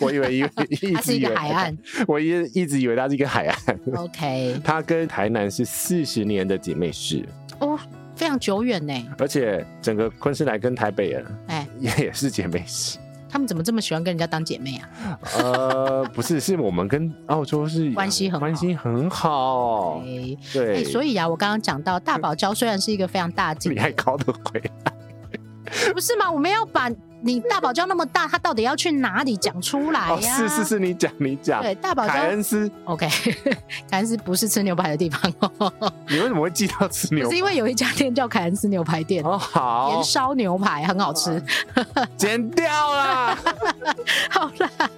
Speaker 1: 我以为一个一
Speaker 2: 它
Speaker 1: 直
Speaker 2: 是一
Speaker 1: 以为
Speaker 2: 个海 岸。
Speaker 1: 我一一直以为它是一个海岸。
Speaker 2: ，OK，
Speaker 1: 它跟台南是四十年的姐妹市，
Speaker 2: 哦，非常久远呢。
Speaker 1: 而且整个昆士兰跟台北人
Speaker 2: 哎，
Speaker 1: 也也是姐妹市。
Speaker 2: 他们怎么这么喜欢跟人家当姐妹啊？
Speaker 1: 呃，不是，是我们跟澳洲是
Speaker 2: 关系很好
Speaker 1: 关系很好，哦
Speaker 2: 哎，
Speaker 1: 对，
Speaker 2: 哎所
Speaker 1: 以
Speaker 2: 以啊，我刚刚讲到大堡礁虽然是一个非常大的景
Speaker 1: 你还
Speaker 2: 点，
Speaker 1: 搞得回
Speaker 2: 不是吗？我们要把你大堡礁那么大，它到底要去哪里讲出来
Speaker 1: 哦，
Speaker 2: 呀？
Speaker 1: 是是。是，你讲你讲，
Speaker 2: 对，大堡
Speaker 1: 凯
Speaker 2: 礁
Speaker 1: 恩斯，
Speaker 2: OK，凯恩斯不是吃牛排的 地方哦，
Speaker 1: 你为什么会记到吃牛
Speaker 2: 是？因为有一家店叫凯恩斯牛排店，
Speaker 1: 哦，好
Speaker 2: 盐，烧牛排很好吃。
Speaker 1: 剪掉啦。
Speaker 2: 好啦，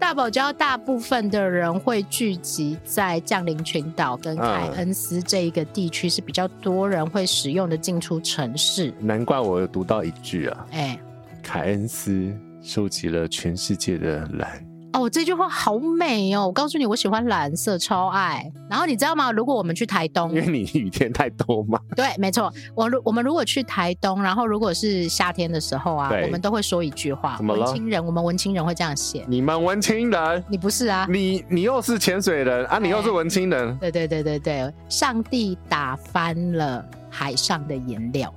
Speaker 2: 大堡礁大部分的人会聚集在降临群岛
Speaker 1: 嗯
Speaker 2: 跟凯恩斯这一个地区，是比较多人会使用的进出城市。
Speaker 1: 难怪我有读到一句啊，
Speaker 2: 哎、
Speaker 1: 凯恩斯收集了全世界的蓝。
Speaker 2: 哦，这句话好美哦！我告诉你，我喜欢蓝色，超爱。然后你知道吗？如果我们去台东
Speaker 1: 因，为你雨天太多嘛，
Speaker 2: 对，没错，我如我们如果去台东，然后如果是夏天的时候啊，
Speaker 1: 对
Speaker 2: 我们都会说一句话，
Speaker 1: 怎么了
Speaker 2: 文青人，我们文青人会这样写。
Speaker 1: 你们文青人，
Speaker 2: 你不是啊？
Speaker 1: 你你又是潜水人啊，你又是文青人，
Speaker 2: 对对对对对，上帝打翻了海上的颜料，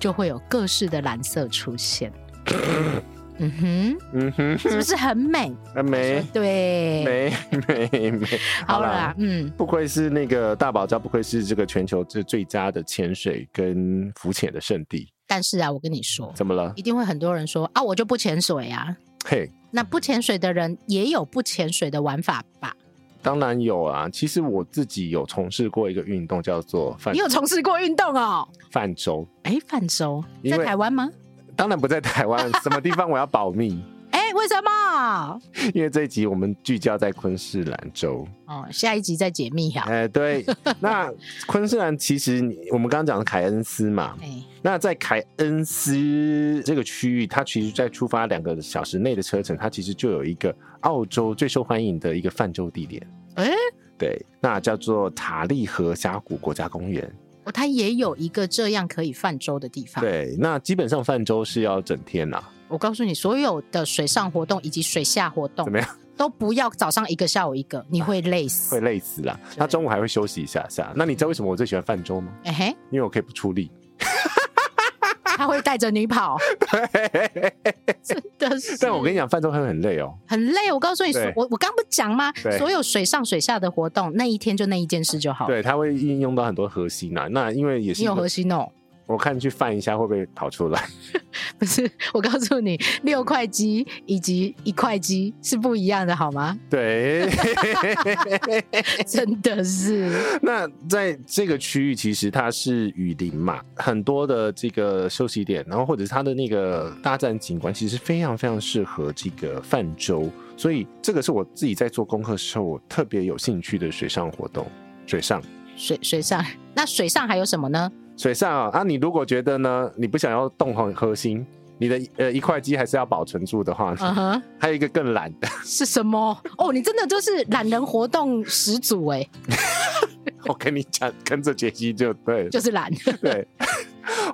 Speaker 2: 就会有各式的蓝色出 现。嗯
Speaker 1: 嗯哼，
Speaker 2: 哼，是不是很美？
Speaker 1: 啊没
Speaker 2: 对，
Speaker 1: 没没没，
Speaker 2: 好
Speaker 1: 啦
Speaker 2: 啦，嗯，
Speaker 1: 不愧是那个大堡礁，不愧是这个全球最最佳的潜水跟浮潜的圣地。
Speaker 2: 但是啊，我跟你说，
Speaker 1: 怎么了？
Speaker 2: 一定会很多人说啊，我就不潜水啊。
Speaker 1: 嘿，
Speaker 2: 那不潜水的人也有不潜水的玩法吧？
Speaker 1: 当然有啊。其实我自己有从事过一个运动，叫做泛
Speaker 2: 你有从事过运动哦？
Speaker 1: 泛舟。
Speaker 2: 哎，泛舟
Speaker 1: 因
Speaker 2: 在
Speaker 1: 为
Speaker 2: 台湾吗？
Speaker 1: 当然不在台湾，什么地方我要保密，
Speaker 2: 哎，为什么？
Speaker 1: 因为这一集我们聚焦在昆士兰州。
Speaker 2: 哦，下一集再解密哈。
Speaker 1: 哎、对，那昆士兰其实你我们刚刚讲的凯恩斯嘛，
Speaker 2: 哎，
Speaker 1: 那在凯恩斯这个区域，它其实在出发两个小时内的车程，它其实就有一个澳洲最受欢迎的一个泛舟地点。
Speaker 2: 哎
Speaker 1: 对，那叫做塔利河峡谷国家公园。
Speaker 2: 哦，它也有一个这样可以泛舟的地方。，
Speaker 1: 对，那基本上泛舟是要整天啦、
Speaker 2: 我告诉你，所有的水上活动以及水下活动，
Speaker 1: 怎么样？
Speaker 2: 都不要早上一个，下午一个，你会累
Speaker 1: 会
Speaker 2: 死。
Speaker 1: 累死啦。那中午还会休息一下下。那你知道为什么我最喜欢泛舟吗？
Speaker 2: 哎嘿，
Speaker 1: 因为我可以不出力。
Speaker 2: 他会带着 你跑，真的是。
Speaker 1: 但我跟你讲，泛舟会很累哦。
Speaker 2: 很累，我告诉你，
Speaker 1: 对
Speaker 2: 我我刚不讲吗
Speaker 1: 对？
Speaker 2: 所有水上水下的活动，那一天就那一件事就好。
Speaker 1: 对，它会应用到很多核心啊。那因为也是
Speaker 2: 你有核心哦，
Speaker 1: 我看去泛一下会不会跑出来？
Speaker 2: 不是？我告诉你，六块肌以及一块肌是不一样的，好吗？
Speaker 1: 对。
Speaker 2: 真的是，
Speaker 1: 那在这个区域，其实它是雨林嘛，很多的这个休息点，然后或者是它的那个大战景观，其实非常非常适合这个泛舟，所以这个是我自己在做功课的时候，我特别有兴趣的水上活动。水上，
Speaker 2: 水水上，那水上还有什么呢？
Speaker 1: 水上啊！啊，你如果觉得呢，你不想要动核核心，你的呃一块肌还是要保存住的话，
Speaker 2: 嗯哼。
Speaker 1: 还有一个更懒 的，
Speaker 2: 是什么？哦，你真的就是懒人活动始祖哎，
Speaker 1: 我跟你讲，跟着杰西就对了，
Speaker 2: 就是懒
Speaker 1: 对。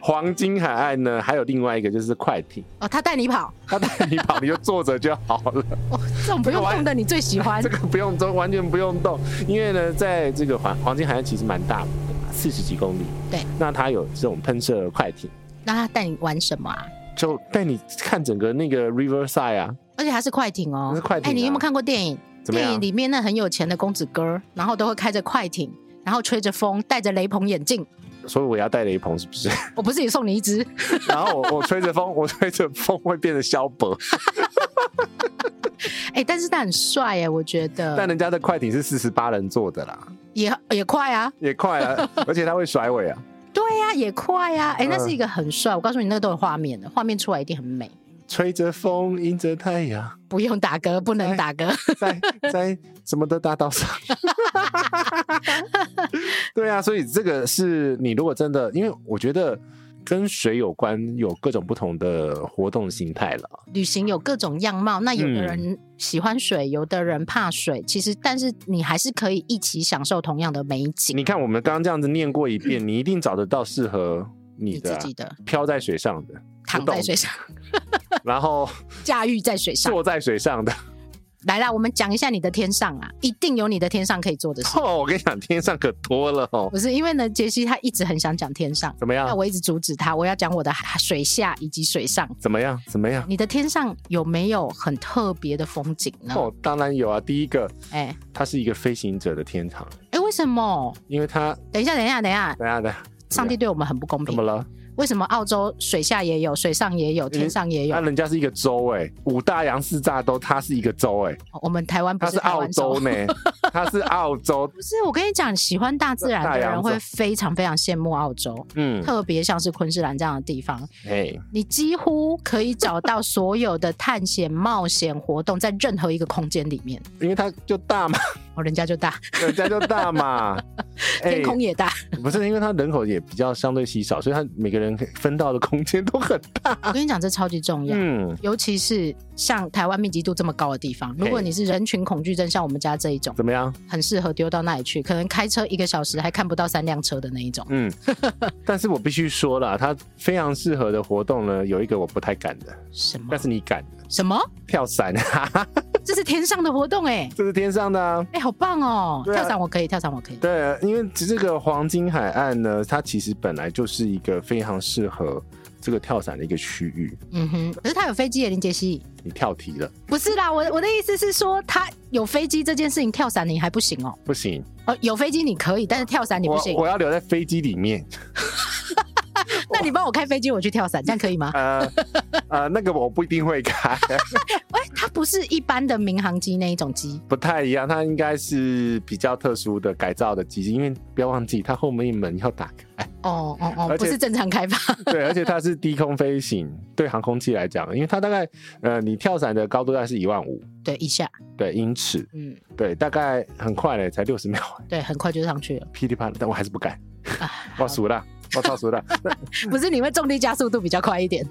Speaker 1: 黄金海岸呢，还有另外一个就是快艇。
Speaker 2: 哦。他带你跑，
Speaker 1: 他带你跑，你就坐着就好了。
Speaker 2: 哦，这种不用动的你最喜欢
Speaker 1: 这。个不用动，完全不用动，因为呢，在这个黄黄金海岸其实蛮大的嘛，四十几公里。
Speaker 2: 对，
Speaker 1: 那它有这种喷射快艇，
Speaker 2: 那他带你玩什么啊？
Speaker 1: 就带你看整个那个 Riverside 啊，
Speaker 2: 而且还是快艇哦，
Speaker 1: 是快艇啊
Speaker 2: 哎，你有没有看过电影？
Speaker 1: 怎么
Speaker 2: 电影
Speaker 1: 样？
Speaker 2: 里面那很有钱的公子哥，然后都会开着快艇，然后吹着风，戴着雷朋眼镜。
Speaker 1: 所以我要带雷朋是不是？
Speaker 2: 我不是也送你一 只？
Speaker 1: 然后我我吹着风，我吹着风会变得萧伯，
Speaker 2: 哎，但是他很帅哎，我觉
Speaker 1: 但
Speaker 2: 得
Speaker 1: 人家的快艇是四十八人坐的啦，
Speaker 2: 也也快啊，
Speaker 1: 也快啊，而且它会甩尾啊，
Speaker 2: 对呀、也快呀、哎，那
Speaker 1: 嗯
Speaker 2: 是一个很帅。我告诉你，那个都有画面的，画面出来一定很美。
Speaker 1: 吹着风，迎着太阳，
Speaker 2: 不用打嗝，不能
Speaker 1: 哎
Speaker 2: 打嗝。
Speaker 1: 在在什么的大道上。 对啊，所以这个是你如果真的，因为我觉得跟水有关，有各种不同的活动形态了。
Speaker 2: 旅行有各种样貌，那有的
Speaker 1: 嗯
Speaker 2: 人喜欢水，有的人怕水，其实但是你还是可以一起享受同样的美景。
Speaker 1: 你看，我们刚刚这样子念过一遍，你一定找得到适合你
Speaker 2: 你
Speaker 1: 的
Speaker 2: 自
Speaker 1: 啊、
Speaker 2: 己的
Speaker 1: 漂在水上的，
Speaker 2: 躺在水上，
Speaker 1: 然后
Speaker 2: 驾驭在水上。
Speaker 1: 坐在水上的。
Speaker 2: 来啦，我们讲一下你的天上啊，一定有你的天上可以做的事。
Speaker 1: 哦， 我跟你讲，天上可多了哦。
Speaker 2: 不是因为呢，杰西他一直很想讲天上，
Speaker 1: 怎么
Speaker 2: 那
Speaker 1: 样？
Speaker 2: 我一直阻止他，我要讲我的水下以及水上。
Speaker 1: 怎么样？怎么样？
Speaker 2: 你的天上有没有很特别的风景呢？
Speaker 1: 哦，当然有啊。第一个，
Speaker 2: 哎
Speaker 1: 它是一个飞行者的天堂，
Speaker 2: 哎，为什么？
Speaker 1: 因为它
Speaker 2: 等一下，等一下，等一下，
Speaker 1: 等一下等一下，
Speaker 2: 上帝对我们很不公
Speaker 1: 怎么
Speaker 2: 平。
Speaker 1: 了？
Speaker 2: 为什么嗯澳洲水下也有，水上也有，天上也有？
Speaker 1: 那啊人家是一个州哎、五大洋四大洲，它是一个州哎、
Speaker 2: 我们台湾不
Speaker 1: 它
Speaker 2: 是
Speaker 1: 是
Speaker 2: 台
Speaker 1: 澳
Speaker 2: 湾州
Speaker 1: 洲呢，它是澳洲，
Speaker 2: 不是，我跟你讲，喜欢大自然
Speaker 1: 大
Speaker 2: 的
Speaker 1: 洋
Speaker 2: 人
Speaker 1: 洲
Speaker 2: 会非常非常羡慕澳洲，
Speaker 1: 嗯，
Speaker 2: 特别像是昆士兰这样的地方，
Speaker 1: 哎，
Speaker 2: 你几乎可以找到所有的探险冒险活动在任何一个空间里面，
Speaker 1: 因为它就大嘛，
Speaker 2: 哦，人家就大，
Speaker 1: 人家就大 嘛，
Speaker 2: 天空也大，
Speaker 1: 哎不是因为它人口也比较相对稀少，所以它每个人可以分到的空间都 很大，
Speaker 2: 我跟你讲，这超级重要。
Speaker 1: 嗯，
Speaker 2: 尤其是像台湾密集度这么高的地方，如果
Speaker 1: 嘿
Speaker 2: 你是人群恐惧症，像我们家这一种，
Speaker 1: 怎么样？
Speaker 2: 很适合丢到那里去，可能开车一个小时还看不到三辆车的那一种。
Speaker 1: 嗯，但是我必须说了，它非常适合的活动呢，有一个我不太敢的，
Speaker 2: 什么
Speaker 1: 但是你敢的，
Speaker 2: 什么？
Speaker 1: 跳伞，哈哈
Speaker 2: 这是天上的活动哎、
Speaker 1: 这是天上的、啊。
Speaker 2: 哎、好棒哦！
Speaker 1: 对啊
Speaker 2: 跳伞我可以，跳伞我可以。
Speaker 1: 对，啊因为这个黄金海岸呢，它其实本来就是一个非常适合这个跳伞的一个区域。
Speaker 2: 嗯哼，可是他有飞机耶，林杰西。
Speaker 1: 你跳题了，
Speaker 2: 不是啦，我我的意思是说，他有飞机这件事情，跳伞你还不行哦。
Speaker 1: 不行，
Speaker 2: 哦，有飞机你可以，但是跳伞你不行
Speaker 1: 我。我要留在飞机里面。
Speaker 2: 那你帮我开飞机，我去跳伞，这样可以 吗？
Speaker 1: 呃呃，那个我不一定会开，
Speaker 2: 哎、它不是一般的民航机那一种机，
Speaker 1: 不太一样。它应该是比较特殊的改造的机器，因为不要忘记它后面门要打开。
Speaker 2: 哦哦哦，
Speaker 1: 而
Speaker 2: 不
Speaker 1: 且
Speaker 2: 是正常开发。
Speaker 1: 对，而且它是低空飞行，对航空器来讲，因为它大概呃，你跳伞的高度大概是一万五
Speaker 2: 对，一下，
Speaker 1: 对英尺，
Speaker 2: 嗯，
Speaker 1: 对，大概很快嘞，才六十秒，
Speaker 2: 对，很快就上去了。
Speaker 1: 噼里啪啦，但我还是不敢。
Speaker 2: 啊，
Speaker 1: 我熟了，我超熟了，
Speaker 2: 不是你会重力加速度比较快一点。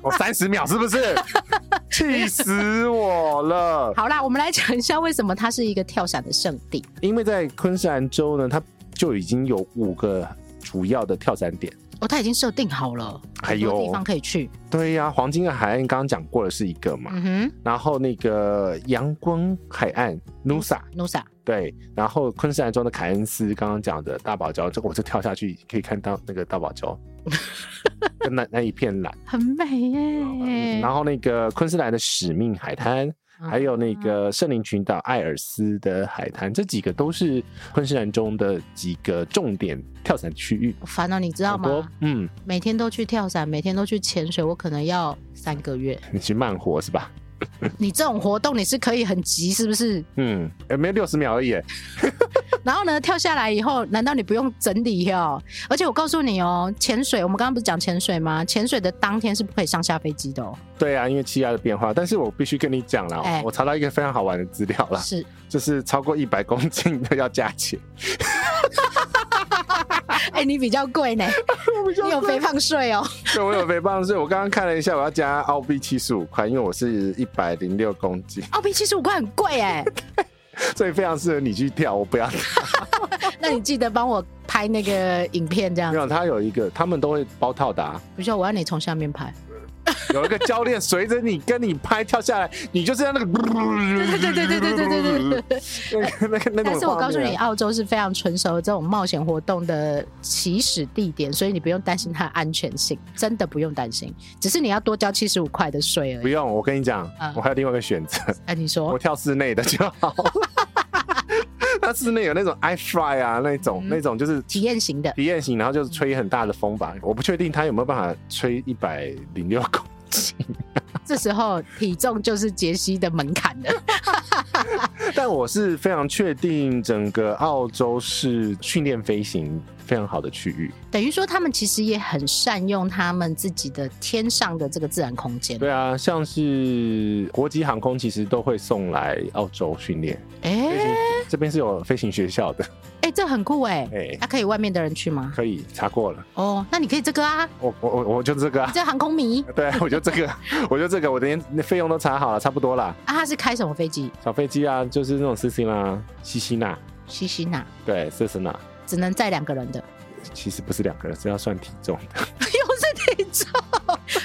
Speaker 1: 我三十秒是不是？ 气死我了！
Speaker 2: 好啦，我们来讲一下为什么它是一个跳伞的圣地。
Speaker 1: 因为在昆士兰州呢，它就已经有五个主要的跳伞点。
Speaker 2: 哦，它已经设定好了，
Speaker 1: 哎
Speaker 2: 很多
Speaker 1: 呦
Speaker 2: 地方可以去。
Speaker 1: 对呀、黄金海岸刚刚讲过的是一个嘛，
Speaker 2: 嗯哼
Speaker 1: 然后那个阳光海岸 Nusa
Speaker 2: ，Nusa，
Speaker 1: 对，然后昆士兰州的凯恩斯刚刚讲的大堡礁，这个我就跳下去可以看到那个大堡 礁，跟那那一片蓝。
Speaker 2: 很美 耶。
Speaker 1: 然后那个昆士兰的使命海滩，
Speaker 2: 嗯
Speaker 1: 还有那
Speaker 2: 啊
Speaker 1: 个圣灵群岛艾尔斯的海滩，这几个都是昆士兰中的几个重点跳伞区域。
Speaker 2: 我烦恼，你知道
Speaker 1: 很多
Speaker 2: 吗？
Speaker 1: 嗯，
Speaker 2: 每天都去跳伞，每天都去潜水，我可能要三个月。
Speaker 1: 你去慢活是吧？
Speaker 2: 你这种活动你是可以很急，是不是？
Speaker 1: 嗯，呃没有六十秒而已。
Speaker 2: 然后呢，跳下来以后，难道你不用整理哦？而且我告诉你哦，潜水，我们刚刚不是讲潜水吗？潜水的当天是不可以上下飞机的哦。
Speaker 1: 对啊，因为气压的变化。但是我必须跟你讲啦，
Speaker 2: 哎
Speaker 1: 我查到一个非常好玩的资料啦，
Speaker 2: 是，
Speaker 1: 就是超过一百公斤的要加钱。
Speaker 2: 哎、你比较贵 呢，你有肥胖税哦。
Speaker 1: 对，我有肥胖税，我刚刚看了一下，我要加澳币七十五块，因为我是一百零六公斤，
Speaker 2: 澳币七十五块很贵 哎，
Speaker 1: 所以非常适合你去跳。我不要
Speaker 2: 那你记得帮我拍那个影片，这样
Speaker 1: 没有，他有一个，他们都会包套的、啊，
Speaker 2: 不需要我要你从下面拍。
Speaker 1: 有一个教练随着你跟你拍跳下来，你就是要那个，对
Speaker 2: 对对对对对对对对。
Speaker 1: 对，那个那个。
Speaker 2: 但是我告诉你，，澳洲是非常成熟的这种冒险活动的起始地点，所以你不用担心它的安全性，真的不用担心，只是你要多交七十五块的税而
Speaker 1: 不
Speaker 2: 已。
Speaker 1: 用，我跟你讲，我还有另外一个选择，
Speaker 2: 哎、你
Speaker 1: 我
Speaker 2: 说
Speaker 1: 跳室内的就好。那室内有那种 i fly 啊，那种那种就是
Speaker 2: 体验型的，
Speaker 1: 体验型，然后就是吹很大的风吧，我不确定他有没有办法吹一百零六公斤。
Speaker 2: 这时候体重就是杰西的门槛 了。
Speaker 1: 但我是非常确定，整个澳洲是训练飞行非常好的区域。
Speaker 2: 等于说他们其实也很善用他们自己的天上的这个自然空间。
Speaker 1: 对啊，像是国际航空其实都会送来澳洲训练，
Speaker 2: 哎、
Speaker 1: 飞行这边是有飞行学校的，
Speaker 2: 哎、这很酷哎、
Speaker 1: 哎
Speaker 2: 那、可以外面的人去吗？
Speaker 1: 可以查过了。
Speaker 2: 哦，那你可以这个啊，
Speaker 1: 我我我我就这个、
Speaker 2: 你
Speaker 1: 啊，
Speaker 2: 这航空迷
Speaker 1: 对我就这个， 我就这个，我连费用都查好了，差不多啦。
Speaker 2: 啊，他是开什么飞机？
Speaker 1: 小飞机啊，就是那种斯西啦、西西娜，
Speaker 2: 西西娜，
Speaker 1: 对，斯斯娜，
Speaker 2: 只能载两个人的，
Speaker 1: 其实不是两个人，是要算体重的。 呃
Speaker 2: 又是体重。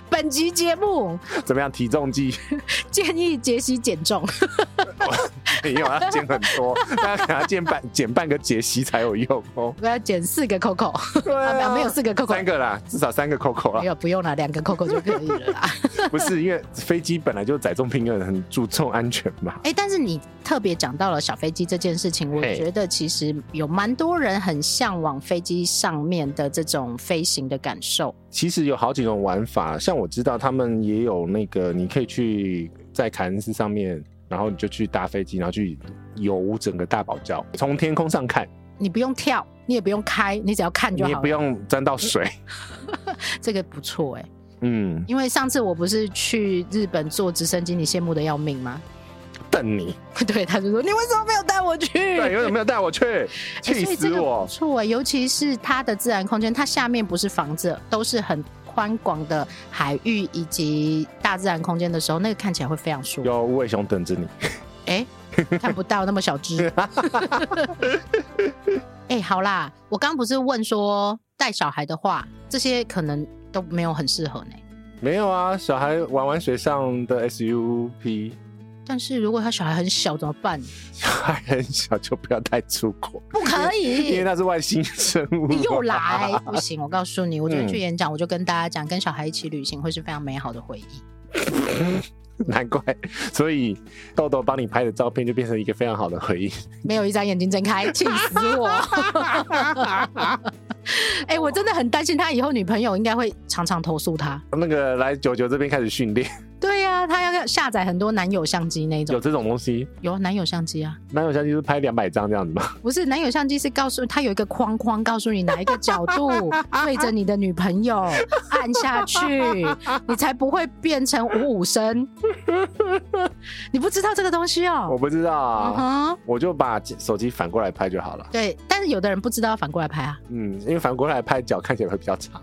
Speaker 2: 本集节目
Speaker 1: 怎么样？体重计
Speaker 2: 建议杰西减重，
Speaker 1: 没有，要减很多， 大家给他减半减半个解析才有用哦。
Speaker 2: 我要减四个 Coco，
Speaker 1: 对
Speaker 2: 啊没有
Speaker 1: 啊，
Speaker 2: 没有四个 Coco，
Speaker 1: 三个啦，至少三个 Coco
Speaker 2: 没
Speaker 1: 啦。
Speaker 2: 有不用了，两个 Coco 就可以了啦。
Speaker 1: 不是因为飞机本来就载重平衡，很注重安全嘛。
Speaker 2: 哎、但是你特别讲到了小飞机这件事情，我
Speaker 1: 嘿
Speaker 2: 觉得其实有蛮多人很向往飞机上面的这种飞行的感受。
Speaker 1: 其实有好几种玩法，像我知道他们也有那个，你可以去在凯恩斯上面，然后你就去搭飞机，然后去游整个大堡礁，从天空上看，
Speaker 2: 你不用跳，你也不用开，你只要看
Speaker 1: 你
Speaker 2: 就好
Speaker 1: 也
Speaker 2: 了。
Speaker 1: 不用沾到水。
Speaker 2: 这个不错哎、
Speaker 1: 嗯，
Speaker 2: 因为上次我不是去日本坐直升机，你羡慕的要命吗？
Speaker 1: 瞪你，
Speaker 2: 对，他就说你为什么没有带我去？
Speaker 1: 对，有没有带我去？
Speaker 2: 哎
Speaker 1: 气
Speaker 2: 所以这
Speaker 1: 死
Speaker 2: 个
Speaker 1: 我
Speaker 2: 不！错哎、尤其是它的自然空间，它下面不是房子，都是很宽广的海域以及大自然空间的时候，那个看起来会非常舒服。
Speaker 1: 有无尾熊等着你。
Speaker 2: 哎、看不到那么小只。 哎、好啦，我刚不是问说带小孩的话，这些可能都没有很适合呢。
Speaker 1: 没有啊，小孩玩玩水上的 SUP，
Speaker 2: 但是如果他小孩很小怎么办？
Speaker 1: 小孩很小就不要带出国，
Speaker 2: 不可
Speaker 1: 因 为
Speaker 2: 以，
Speaker 1: 那是外星生物。
Speaker 2: 你又来， 不行！我告诉你，我昨天
Speaker 1: 嗯
Speaker 2: 去演讲，我就跟大家讲，跟小孩一起旅行会是非常美好的回忆。
Speaker 1: 难怪，所以豆豆帮你拍的照片就变成一个非常好的回忆。
Speaker 2: 没有一张眼睛 睁开，气死我！哎、我真的很担心他以后女朋友应该会常常投诉他。
Speaker 1: 那个来九九这边开始训 练，
Speaker 2: 对呀、他要下载很多男友相机那
Speaker 1: 有
Speaker 2: 种，
Speaker 1: 这种东西，
Speaker 2: 有男友相机啊，
Speaker 1: 那我相机是拍两百张这样子吗？
Speaker 2: 不是男友相机是告诉他有一个框框，告诉你哪一个角度 对着你的女朋友按下去，你才不会变成五 五身。你不知道这个东西
Speaker 1: 我
Speaker 2: 哦？
Speaker 1: 不知道
Speaker 2: 嗯
Speaker 1: 啊，
Speaker 2: 哼，
Speaker 1: 我就把手机反过来拍就好了。
Speaker 2: 对，但是有的人不知道，反过来拍啊。
Speaker 1: 嗯，因为反过来拍脚看起来会比较长。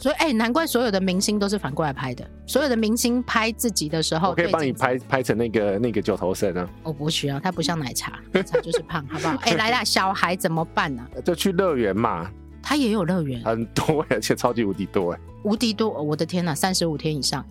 Speaker 2: 所以，哎、难怪所有的明星都是反过来拍的。所有的明星拍自己的时候，
Speaker 1: 我可以帮你拍拍成那个那个九头身啊，
Speaker 2: 我不需要，它不像奶茶，奶茶就是胖，好不好？哎、来啦，小孩怎么办呢、啊？
Speaker 1: 就去乐园嘛，
Speaker 2: 他也有乐园，
Speaker 1: 很多而且超级无敌多哎。
Speaker 2: 无敌多！哦我的天呐、三十五天以上，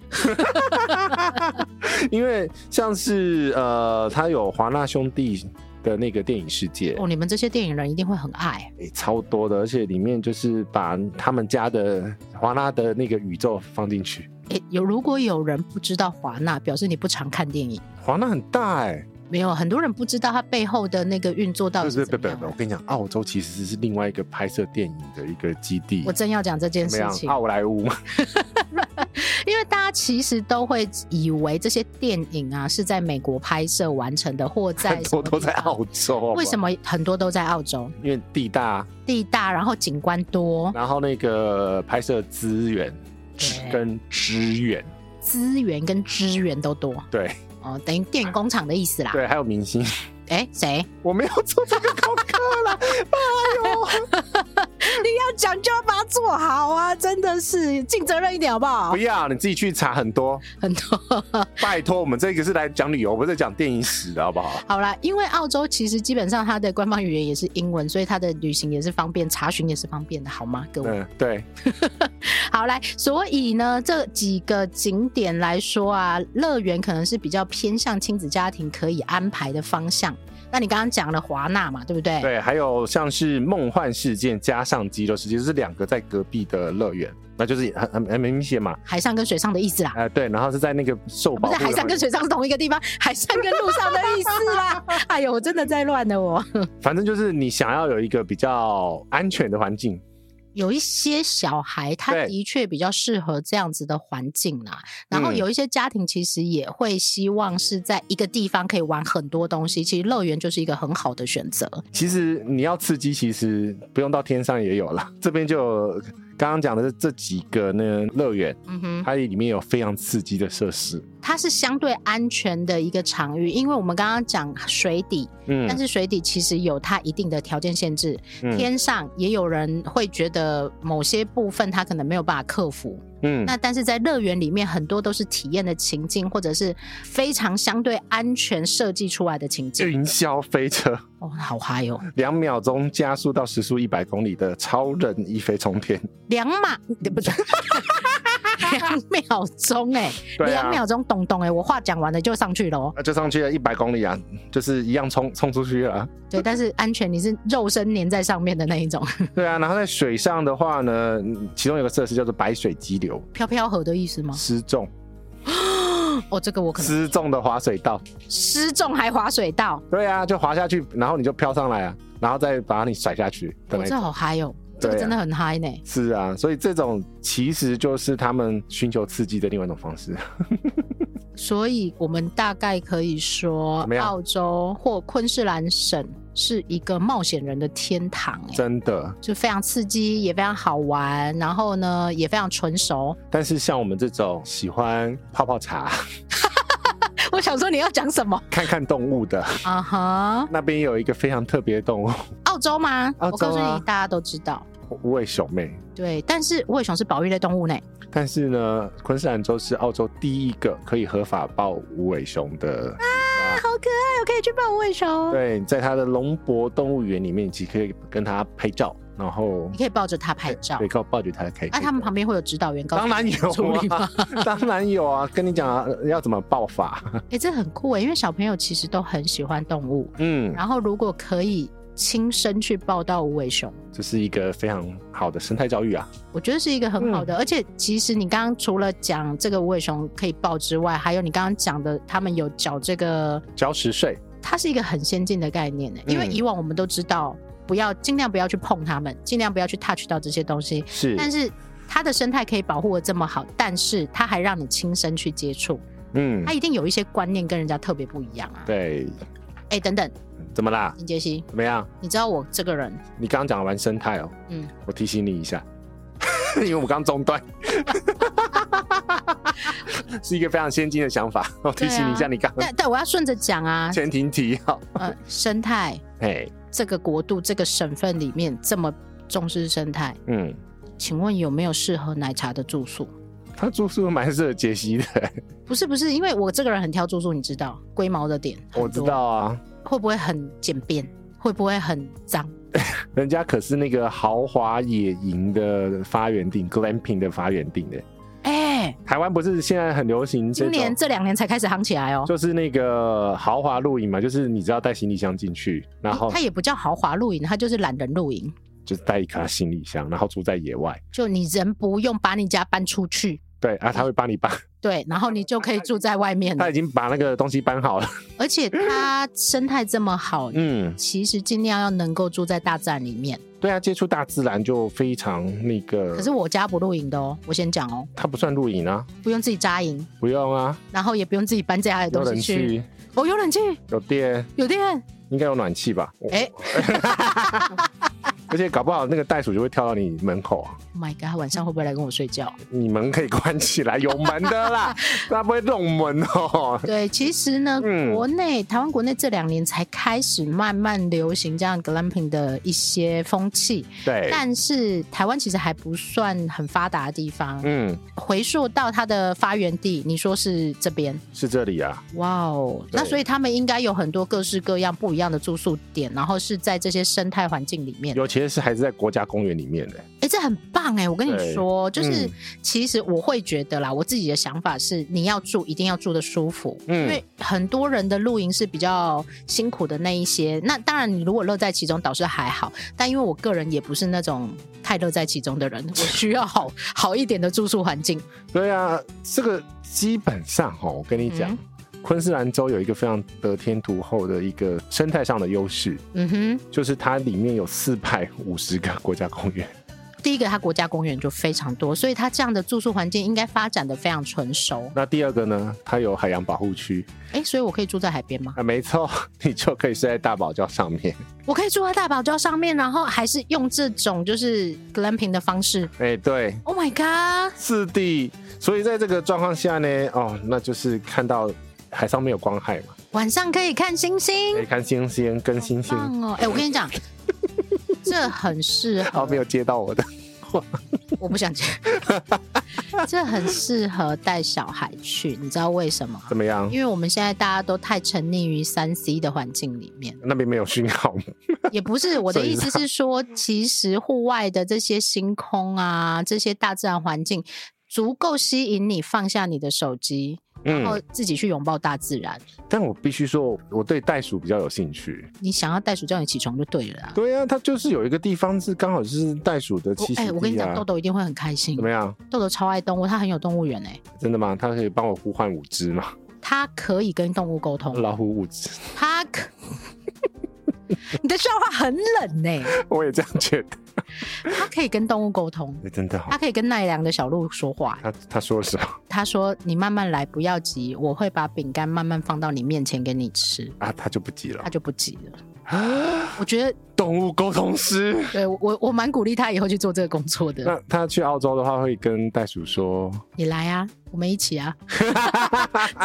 Speaker 1: 因为像是呃，他有华纳兄弟的那个电影世界，
Speaker 2: 哦，你们这些电影人一定会很爱。啊
Speaker 1: 诶超多的，而且里面就是把他们家的华纳的那个宇宙放进去。
Speaker 2: 哎、有如果有人不知道华纳，表示你不常看电影。
Speaker 1: 华纳很大哎、
Speaker 2: 没有很多人不知道它背后的那个运作到
Speaker 1: 不
Speaker 2: 底
Speaker 1: 是
Speaker 2: 是
Speaker 1: 不是
Speaker 2: 怎
Speaker 1: 不是，不是我
Speaker 2: 么样。
Speaker 1: 跟你讲，澳洲其实是另外一个拍摄电影的一个基地。
Speaker 2: 我正要讲这件
Speaker 1: 怎么
Speaker 2: 事
Speaker 1: 样？
Speaker 2: 情，
Speaker 1: 奥莱坞嘛，
Speaker 2: 因为大家其实都会以为这些电影啊是在美国拍摄完成的，或在
Speaker 1: 很多
Speaker 2: 什么 地
Speaker 1: 都在
Speaker 2: 方
Speaker 1: 澳洲。
Speaker 2: 为什
Speaker 1: 么？
Speaker 2: 么哦很多都在澳洲？
Speaker 1: 因为地大，
Speaker 2: 地大，然后景观多，
Speaker 1: 然后那个拍摄资源
Speaker 2: 对
Speaker 1: 跟支援，
Speaker 2: 资源跟资源都多
Speaker 1: 对
Speaker 2: 哦，等于电影工厂的意思啦。
Speaker 1: 对，还有明星。
Speaker 2: 哎，谁？
Speaker 1: 我没有做这个功课啦，
Speaker 2: 要讲就要把它做好啊！真的是尽责任一点好不好
Speaker 1: 不？要你自己去查很多。
Speaker 2: 很多
Speaker 1: 拜托，我们这个是来讲旅游，不是讲电影史的好不好？
Speaker 2: 好啦，因为澳洲其实基本上它的官方语言也是英文，所以它的旅行也是方便，查询也是方便的，好吗？各位，
Speaker 1: 嗯，对，
Speaker 2: 好来，所以呢，这几个景点来说啊，乐园可能是比较偏向亲子家庭可以安排的方向。那你刚刚讲了华纳嘛，对不对？
Speaker 1: 对，还有像是梦幻事件加上激流世界，就是两个在隔壁的乐园，那就是很很很明显嘛。
Speaker 2: 海上跟水上的意思啦。
Speaker 1: 哎、对，然后是在那个受
Speaker 2: 不
Speaker 1: 保护
Speaker 2: 是
Speaker 1: 的
Speaker 2: 海上跟水上是同一个地方，海上跟路上的意思 啦。哎呦，我真的在乱了我。
Speaker 1: 反正就是你想要有一个比较安全的环境，
Speaker 2: 有一些小孩，他
Speaker 1: 对
Speaker 2: 的确比较适合这样子的环境啦。然后
Speaker 1: 嗯
Speaker 2: 有一些家庭其实也会希望是在一个地方可以玩很多东西，其实乐园就是一个很好的选择。
Speaker 1: 其实你要刺激，其实不用到天上也有啦。 这边就有刚刚讲的这这几个呢乐园，
Speaker 2: 嗯哼，
Speaker 1: 它里面有非常刺激的设施，
Speaker 2: 它是相对安全的一个场域，因为我们刚刚讲水底，
Speaker 1: 嗯，
Speaker 2: 但是水底其实有它一定的条件限制，
Speaker 1: 嗯
Speaker 2: 天上也有人会觉得某些部分它可能没有办法克服。
Speaker 1: 嗯
Speaker 2: 那但是在乐园里面，很多都是体验的情境，或者是非常相对安全设计出来的情境。
Speaker 1: 云霄飞车
Speaker 2: 哦，好嗨哦！
Speaker 1: 两秒钟加速到时速一百公里的超人一飞冲天，
Speaker 2: 两码 不是两秒钟哎、
Speaker 1: 对
Speaker 2: 两
Speaker 1: 啊，
Speaker 2: 秒钟咚咚哎、我话讲完了就上去了哦。
Speaker 1: 那就上去了一百公里啊，就是一样冲冲出去了啊。
Speaker 2: 对，但是安全你是肉身粘在上面的那一种，
Speaker 1: 对啊，然后在水上的话呢，嗯其中有个设施叫做白水激流，
Speaker 2: 飘飘河的意思吗？
Speaker 1: 失重
Speaker 2: 哦，这个我可能
Speaker 1: 失重的滑水道。
Speaker 2: 失重还滑水道，
Speaker 1: 对啊，就滑下去，然后你就飘上来啊，然后再把你甩下去的
Speaker 2: 我
Speaker 1: 那
Speaker 2: 这
Speaker 1: 种。
Speaker 2: 好嗨哦，这个
Speaker 1: 对啊
Speaker 2: 真的很嗨呢。
Speaker 1: 是啊，所以这种其实就是他们寻求刺激的另外一种方式。
Speaker 2: 所以我们大概可以说
Speaker 1: 怎么，样
Speaker 2: 澳洲或昆士兰省是一个冒险人的天堂、哎，
Speaker 1: 真的。
Speaker 2: 就非常刺激，也非常好玩，然后呢，也非常纯熟。
Speaker 1: 但是像我们这种喜欢泡泡茶、
Speaker 2: 我想说你要讲什么？
Speaker 1: 看看动物的，
Speaker 2: 啊哈，
Speaker 1: 那边有一个非常特别的动物
Speaker 2: 澳洲吗？
Speaker 1: 澳洲啊
Speaker 2: 我告诉你，大家都知道。
Speaker 1: ——无尾熊妹。
Speaker 2: 对，但是无尾熊是保育类动物呢。
Speaker 1: 但是呢，昆士兰州是澳洲第一个可以合法抱无尾熊的。
Speaker 2: 啊好可爱，我可以去抱无尾熊。
Speaker 1: 对，在它的龙博动物园里面，你可以跟它拍照，然后
Speaker 2: 你可以抱着它拍照
Speaker 1: 对，。靠抱着它可以。
Speaker 2: 啊，他们旁边会有指导员告诉
Speaker 1: 当
Speaker 2: 你
Speaker 1: 然有
Speaker 2: 处理吗
Speaker 1: 啊， 当然有啊，跟你讲啊，要怎么爆发？
Speaker 2: 哎、这很酷哎，因为小朋友其实都很喜欢动物，
Speaker 1: 嗯，
Speaker 2: 然后如果可以亲身去抱到无尾熊，
Speaker 1: 这是一个非常好的生态教育啊。
Speaker 2: 我觉得是一个很
Speaker 1: 嗯
Speaker 2: 好的。而且其实你刚刚除了讲这个无尾熊可以抱之外，还有你刚刚讲的，他们有缴这个，
Speaker 1: 交十岁，
Speaker 2: 它是一个很先进的概念呢。
Speaker 1: 嗯
Speaker 2: 因为以往我们都知道，不要尽量不要去碰它们，尽量不要去 touch 到这些东西，
Speaker 1: 是，
Speaker 2: 但是。它的生态可以保护的这么好，但是它还让你亲身去接触，
Speaker 1: 嗯
Speaker 2: 它，一定有一些观念跟人家特别不一样啊！
Speaker 1: 对，
Speaker 2: 哎、等等，
Speaker 1: 怎么啦？
Speaker 2: 林杰西，
Speaker 1: 怎么样？
Speaker 2: 你知道我这个人，
Speaker 1: 你刚刚讲完生态哦，
Speaker 2: 嗯，
Speaker 1: 我提醒你一下， 因为我们刚中断， 是一个非常先进的想法。我提醒你一下，
Speaker 2: 对啊
Speaker 1: 你刚刚
Speaker 2: 但但我要顺着讲啊，
Speaker 1: 前庭提要，
Speaker 2: 呃，生态
Speaker 1: 哎，
Speaker 2: 这个国度、这个省份里面这么重视生态，
Speaker 1: 嗯，
Speaker 2: 请问有没有适合奶茶的住宿？
Speaker 1: 他住宿蛮适合杰西的，
Speaker 2: 不是不是，因为我这个人很挑住宿，你知道，龟毛的点，
Speaker 1: 我知，道啊，
Speaker 2: 会不会很简便？会不会很脏？
Speaker 1: 人家可是那个豪华野营的发源地，glamping 的发源地的。
Speaker 2: 哎、
Speaker 1: 台湾不是现在很流行这
Speaker 2: 今年
Speaker 1: 种，
Speaker 2: 这两年才开始夯起来哦。
Speaker 1: 就是那个豪华露营嘛，就是你只要带行李箱进去，然后
Speaker 2: 它也不叫豪华露营，它就是懒人露营，
Speaker 1: 就是带一卡行李箱，然后住在野外。
Speaker 2: 就你人不用把你家搬出去，
Speaker 1: 对啊，
Speaker 2: 嗯
Speaker 1: 他会帮你搬，
Speaker 2: 对，然后你就可以住在外面
Speaker 1: 他
Speaker 2: 了
Speaker 1: 已。经把那个东西搬好了。
Speaker 2: 而且它生态这么好，
Speaker 1: 嗯，
Speaker 2: 其实尽量要能够住在大自然里面。
Speaker 1: 对啊，接触大自然就非常那个。
Speaker 2: 可是我家不露营的哦，我先讲哦，
Speaker 1: 它不算露营啊，
Speaker 2: 不用自己扎营，
Speaker 1: 不用啊，
Speaker 2: 然后也不用自己搬家里的
Speaker 1: 有
Speaker 2: 东
Speaker 1: 冷
Speaker 2: 西去。
Speaker 1: 气，哦
Speaker 2: 哦，有冷气，
Speaker 1: 有电，
Speaker 2: 有电，
Speaker 1: 应该有暖气吧？我
Speaker 2: 哎、
Speaker 1: 而且搞不好那个袋鼠就会跳到你门口啊，
Speaker 2: o h my god，晚上会不会来跟我 睡觉？
Speaker 1: 你门可以关起来，有门的啦，它不会弄门哦。
Speaker 2: 对，其实呢，
Speaker 1: 嗯
Speaker 2: 国内台湾国内这两年才开始慢慢流行这样 glamping 的一些风气，
Speaker 1: 对，
Speaker 2: 但是台湾其实还不算很发达的地方。
Speaker 1: 嗯，
Speaker 2: 回溯到它的发源地，你说是这边？
Speaker 1: 是这里啊，
Speaker 2: 哇哦，
Speaker 1: 对
Speaker 2: 那所以他们应该有很多各式各样不一样的住宿点，然后是在这些生态环境里面。
Speaker 1: 尤其是还是在国家公园里面的。
Speaker 2: 哎，这很棒哎！我跟你
Speaker 1: 对
Speaker 2: 说，就是、
Speaker 1: 嗯
Speaker 2: 其实我会觉得啦，我自己的想法是，你要住一定要住的舒服，因
Speaker 1: 嗯
Speaker 2: 为很多人的露营是比较辛苦的那一些。那当然，你如果乐在其中倒是还好，但因为我个人也不是那种太乐在其中的人，我需要好好一点的住宿环境。
Speaker 1: 对啊，这个基本上哦，我跟你
Speaker 2: 嗯
Speaker 1: 讲，昆士兰州有一个非常得天独厚的一个生态上的优势，
Speaker 2: 嗯哼，
Speaker 1: 就是它里面有四派五十个国家公园，
Speaker 2: 第一个，它国家公园就非常多，所以它这样的住宿环境应该发展的非常成熟。
Speaker 1: 那第二个呢，它有海洋保护区
Speaker 2: 哎，所以我可以住在海边吗？
Speaker 1: 啊，没错，你就可以睡在大堡礁上面。
Speaker 2: 我可以住在大堡礁上面，然后还是用这种就是 glamping 的方式。
Speaker 1: 哎、对，
Speaker 2: Oh my god！
Speaker 1: 是的。所以在这个状况下呢，哦，那就是看到海上面有光害嘛，
Speaker 2: 晚上可以看星星
Speaker 1: 可，以看星星跟星星。
Speaker 2: 棒哦！哎，我跟你讲，这很适合
Speaker 1: 哦，没有接到我的，
Speaker 2: 我不想接，这很适合带小孩去，你知道为什么？
Speaker 1: 怎么样？
Speaker 2: 因为我们现在大家都太沉溺于三 C 的环境里面，
Speaker 1: 那边没有讯号吗？
Speaker 2: 也不是我的意思是说，其实户外的这些星空啊，这些大自然环境，足够吸引你放下你的手机，然后
Speaker 1: 嗯，
Speaker 2: 自己去拥抱大自然。
Speaker 1: 但我必须说，我对袋鼠比较有兴趣。
Speaker 2: 你想要袋鼠叫你起床就对了啦。
Speaker 1: 对啊，它就是有一个地方是刚好是袋鼠的
Speaker 2: 我
Speaker 1: 栖息地
Speaker 2: 哎、
Speaker 1: 啊。
Speaker 2: 我跟你讲，豆豆一定会很开心
Speaker 1: 怎。么样？
Speaker 2: 豆豆超爱动物，它很有动物园哎、
Speaker 1: 真的吗？它可以帮我呼唤五只吗？
Speaker 2: 它可以跟动物沟通，
Speaker 1: 老虎五只，
Speaker 2: 它可。 你的笑话很冷呢、
Speaker 1: 我也这样觉得。
Speaker 2: 它可以跟动物沟通，
Speaker 1: 哎真的好
Speaker 2: 它，可以跟奈良的小鹿说话、
Speaker 1: 他他说了什么
Speaker 2: 他说：“你慢慢来，不要急，我会把饼干慢慢放到你面前给你吃。
Speaker 1: 啊？他就不急”了
Speaker 2: 他。就不急了。我觉得，
Speaker 1: 动物沟通师。
Speaker 2: 对我我我蛮鼓励他以后去做这个工作的。
Speaker 1: 那他去澳洲的话，会跟袋鼠说，
Speaker 2: 你来啊，我们一起 啊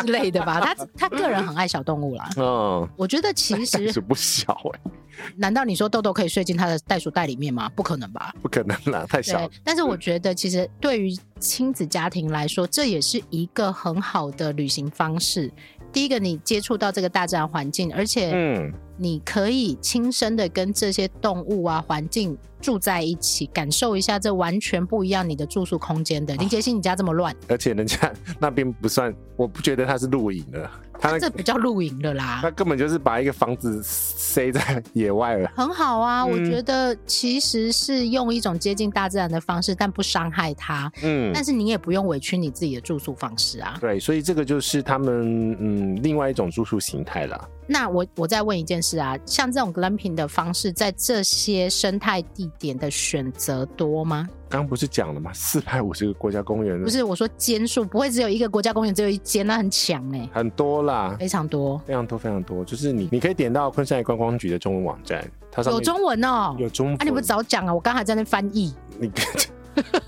Speaker 2: 之类的吧。他他个人很爱小动物啦。
Speaker 1: 嗯，
Speaker 2: 我觉 得其
Speaker 1: 袋
Speaker 2: 实
Speaker 1: 鼠，不小 哎、
Speaker 2: 难道你说豆豆可以睡进他的袋鼠袋里面吗？不可能吧。
Speaker 1: 不可能啦，太小嗯
Speaker 2: 对
Speaker 1: 了。，
Speaker 2: 但是我觉得其实对于亲子家庭来说，这也是一个很好的旅行方式。第一个，你接触到这个大自然环境，而且
Speaker 1: 嗯，
Speaker 2: 你可以亲身的跟这些动物啊、环境住在一起，感受一下这完全不一样你的住宿空间的。林杰星，你家这么乱，
Speaker 1: 而且人家那边不算，我不觉得他是露营的，他
Speaker 2: 这
Speaker 1: 那
Speaker 2: 不叫露营了啦
Speaker 1: 他。根本就是把一个房子塞在野外 了。
Speaker 2: 很好啊，
Speaker 1: 嗯
Speaker 2: 我觉得其实是用一种接近大自然的方式，但不伤害它。
Speaker 1: 嗯，
Speaker 2: 但是你也不用委屈你自己的住宿方式啊。
Speaker 1: 对，所以这个就是他们嗯另外一种住宿形态啦。
Speaker 2: 那我我再问一件事啊，像这种 glamping 的方式，在这些生态地点的选择多吗？
Speaker 1: 刚刚不是讲了吗？四百五十个国家公园
Speaker 2: 不是，我说间数不会只有一个国家公园只有一间，那很强哎、
Speaker 1: 很多啦，
Speaker 2: 非常多。
Speaker 1: 非常多非常多。就是你你可以点到昆山观光局的中文网站，它上面
Speaker 2: 有中文哦。
Speaker 1: 有中文
Speaker 2: 啊，你不早讲啊！我刚才在那翻译。
Speaker 1: 你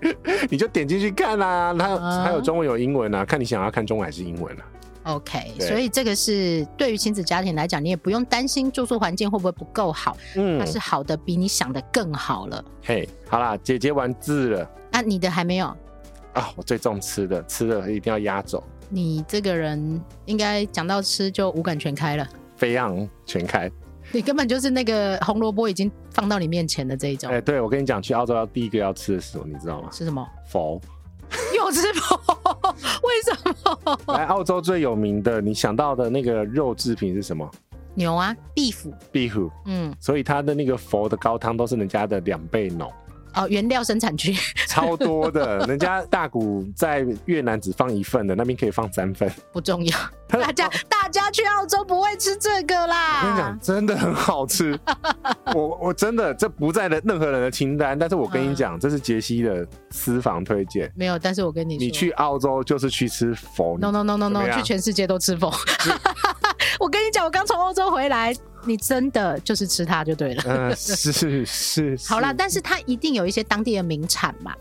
Speaker 1: 你 你就点进去看啦、它有
Speaker 2: 啊
Speaker 1: 它有中文有英文啊，看你想要看中文还是英文啊。
Speaker 2: OK，
Speaker 1: 对
Speaker 2: 所以这个是对于亲子家庭来讲，你也不用担心住宿环境会不会不够好，
Speaker 1: 嗯
Speaker 2: 它，是好的比你想的更好了。
Speaker 1: 嘿，好啦，姐姐完字了
Speaker 2: 那、你的还没有，
Speaker 1: 啊！我最重吃的，吃了一定要压轴，
Speaker 2: 你这个人应该讲到吃就五感全开了，
Speaker 1: 飞扬全开。
Speaker 2: 你根本就是那个红萝卜已经放到你面前的这一种。
Speaker 1: 哎、对我跟你讲，去澳洲要第一个要吃的是什么，你知道吗？
Speaker 2: 是什么？
Speaker 1: 佛。
Speaker 2: 又吃否？为什么？
Speaker 1: 来澳洲最有名的，你想到的那个肉制品是什么？
Speaker 2: 牛啊，壁虎。
Speaker 1: 壁虎。
Speaker 2: 嗯，
Speaker 1: 所以它的那个佛的高汤都是人家的两倍 浓，
Speaker 2: 哦，原料生产区。
Speaker 1: 超多的。人家大骨在越南只放一份的，那边可以放三份。
Speaker 2: 不重要，
Speaker 1: 他
Speaker 2: 大家大家去澳洲不会吃这个啦。
Speaker 1: 哦我跟你讲，真的很好 吃。我我真的这不在人任何人的清单，但是我跟你
Speaker 2: 啊
Speaker 1: 讲，这是杰西的私房推荐。
Speaker 2: 没有，但是我跟你说，
Speaker 1: 你去澳洲就是去吃佛，
Speaker 2: no no no no
Speaker 1: 怎
Speaker 2: no，
Speaker 1: 么样
Speaker 2: 去全世界都吃 风。我跟你讲，我刚从欧洲回来，你真的就是吃它就对了。
Speaker 1: 嗯、是是。
Speaker 2: 好啦，
Speaker 1: 是
Speaker 2: 但是它一定有一些当地的名产嘛。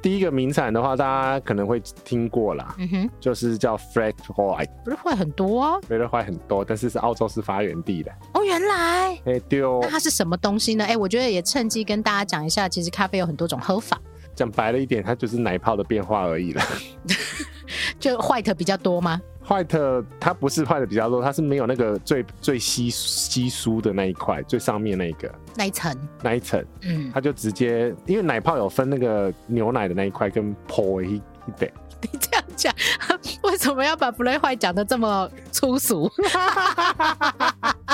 Speaker 1: 第一个名产的话，大家可能会听过啦，
Speaker 2: 嗯哼，
Speaker 1: 就是叫 flat white，
Speaker 2: 不是会很多哦。
Speaker 1: flat white 很多，但是是澳洲是发源地的。
Speaker 2: 哦，原来
Speaker 1: 哎、对哦
Speaker 2: 那，它是什么东西呢？哎，我觉得也趁机跟大家讲一下，其实咖啡有很多种喝法，
Speaker 1: 讲白了一点，它就是奶泡的变化而已啦。
Speaker 2: 就 white 比较多吗？
Speaker 1: White 它不是 White 比较多，它是没有那个最最稀稀疏的那一块，最上面那一个
Speaker 2: 那一层，
Speaker 1: 那一层，
Speaker 2: 嗯，
Speaker 1: 它就直接因为奶泡有分那个牛奶的那一块跟 p o 一一点，
Speaker 2: 你这样讲， 为什么要把 blue white 讲的这么粗俗？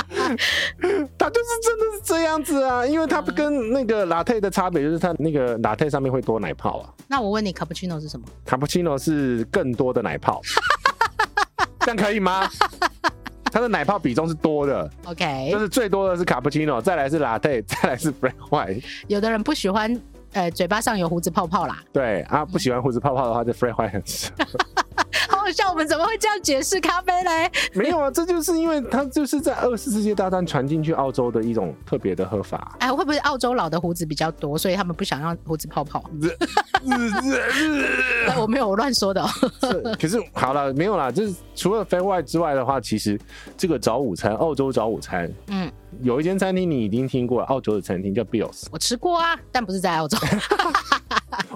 Speaker 1: 它就是真的是这样子啊，因为它跟那个 latte 的差别就是它那个 latte 上面会多奶泡啊，
Speaker 2: 那我问你，cappuccino 是什么？
Speaker 1: 卡布奇诺是更多的奶泡，这样可以吗？它的奶泡比重是多的，
Speaker 2: OK，
Speaker 1: 就是最多的是卡布奇诺，再来是 latte，再 来是 f r a n white。
Speaker 2: 有的人不喜欢，呃，嘴巴上有胡子泡泡啦，
Speaker 1: 对啊，不喜欢胡子泡泡的话，就 f r a n white 很适合。
Speaker 2: 好好笑。我们怎么会这样解释咖啡嘞？
Speaker 1: 没有啊，这就是因为它就是在二次世界大战传进去澳洲的一种特别的喝法。
Speaker 2: 哎，会不会澳洲佬的胡子比较多，所以他们不想让胡子泡 泡？哎我没有我乱说的、哦。
Speaker 1: 是可是好了，没有啦，就是除了 f r a n white 之外的话，其实这个早午餐，澳洲早午餐
Speaker 2: 嗯，
Speaker 1: 有一间餐厅你已经听过了，澳洲的餐厅叫 Bill's。
Speaker 2: 我吃过啊，但不是在澳 洲。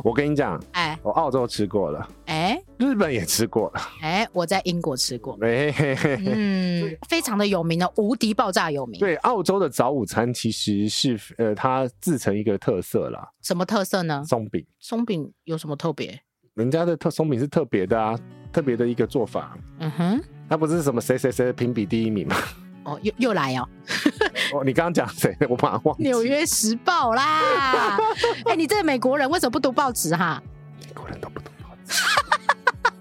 Speaker 1: 我跟你讲，
Speaker 2: 哎
Speaker 1: 我哦澳洲吃过了，
Speaker 2: 哎
Speaker 1: 日本也吃过了，
Speaker 2: 哎，我在英国吃 过，
Speaker 1: 嘿嘿嘿嘿
Speaker 2: 嗯，非常的有名的，无敌爆炸有名。
Speaker 1: 对，澳洲的早午餐其实是呃，它自成一个特色啦，
Speaker 2: 什么特色呢？
Speaker 1: 松饼。
Speaker 2: 松饼有什么特别？
Speaker 1: 人家的特松饼是特别的啊，特别的一个做法。
Speaker 2: 嗯哼，
Speaker 1: 它不是什么谁谁谁的评比第一名吗？
Speaker 2: 哦，又又来哦，
Speaker 1: 哦，你刚刚讲谁？我把它忘
Speaker 2: 《
Speaker 1: 记。
Speaker 2: 纽约时报》 啦。哎、你这个美国人为什么不读报纸哈？
Speaker 1: 美国人都不懂报纸，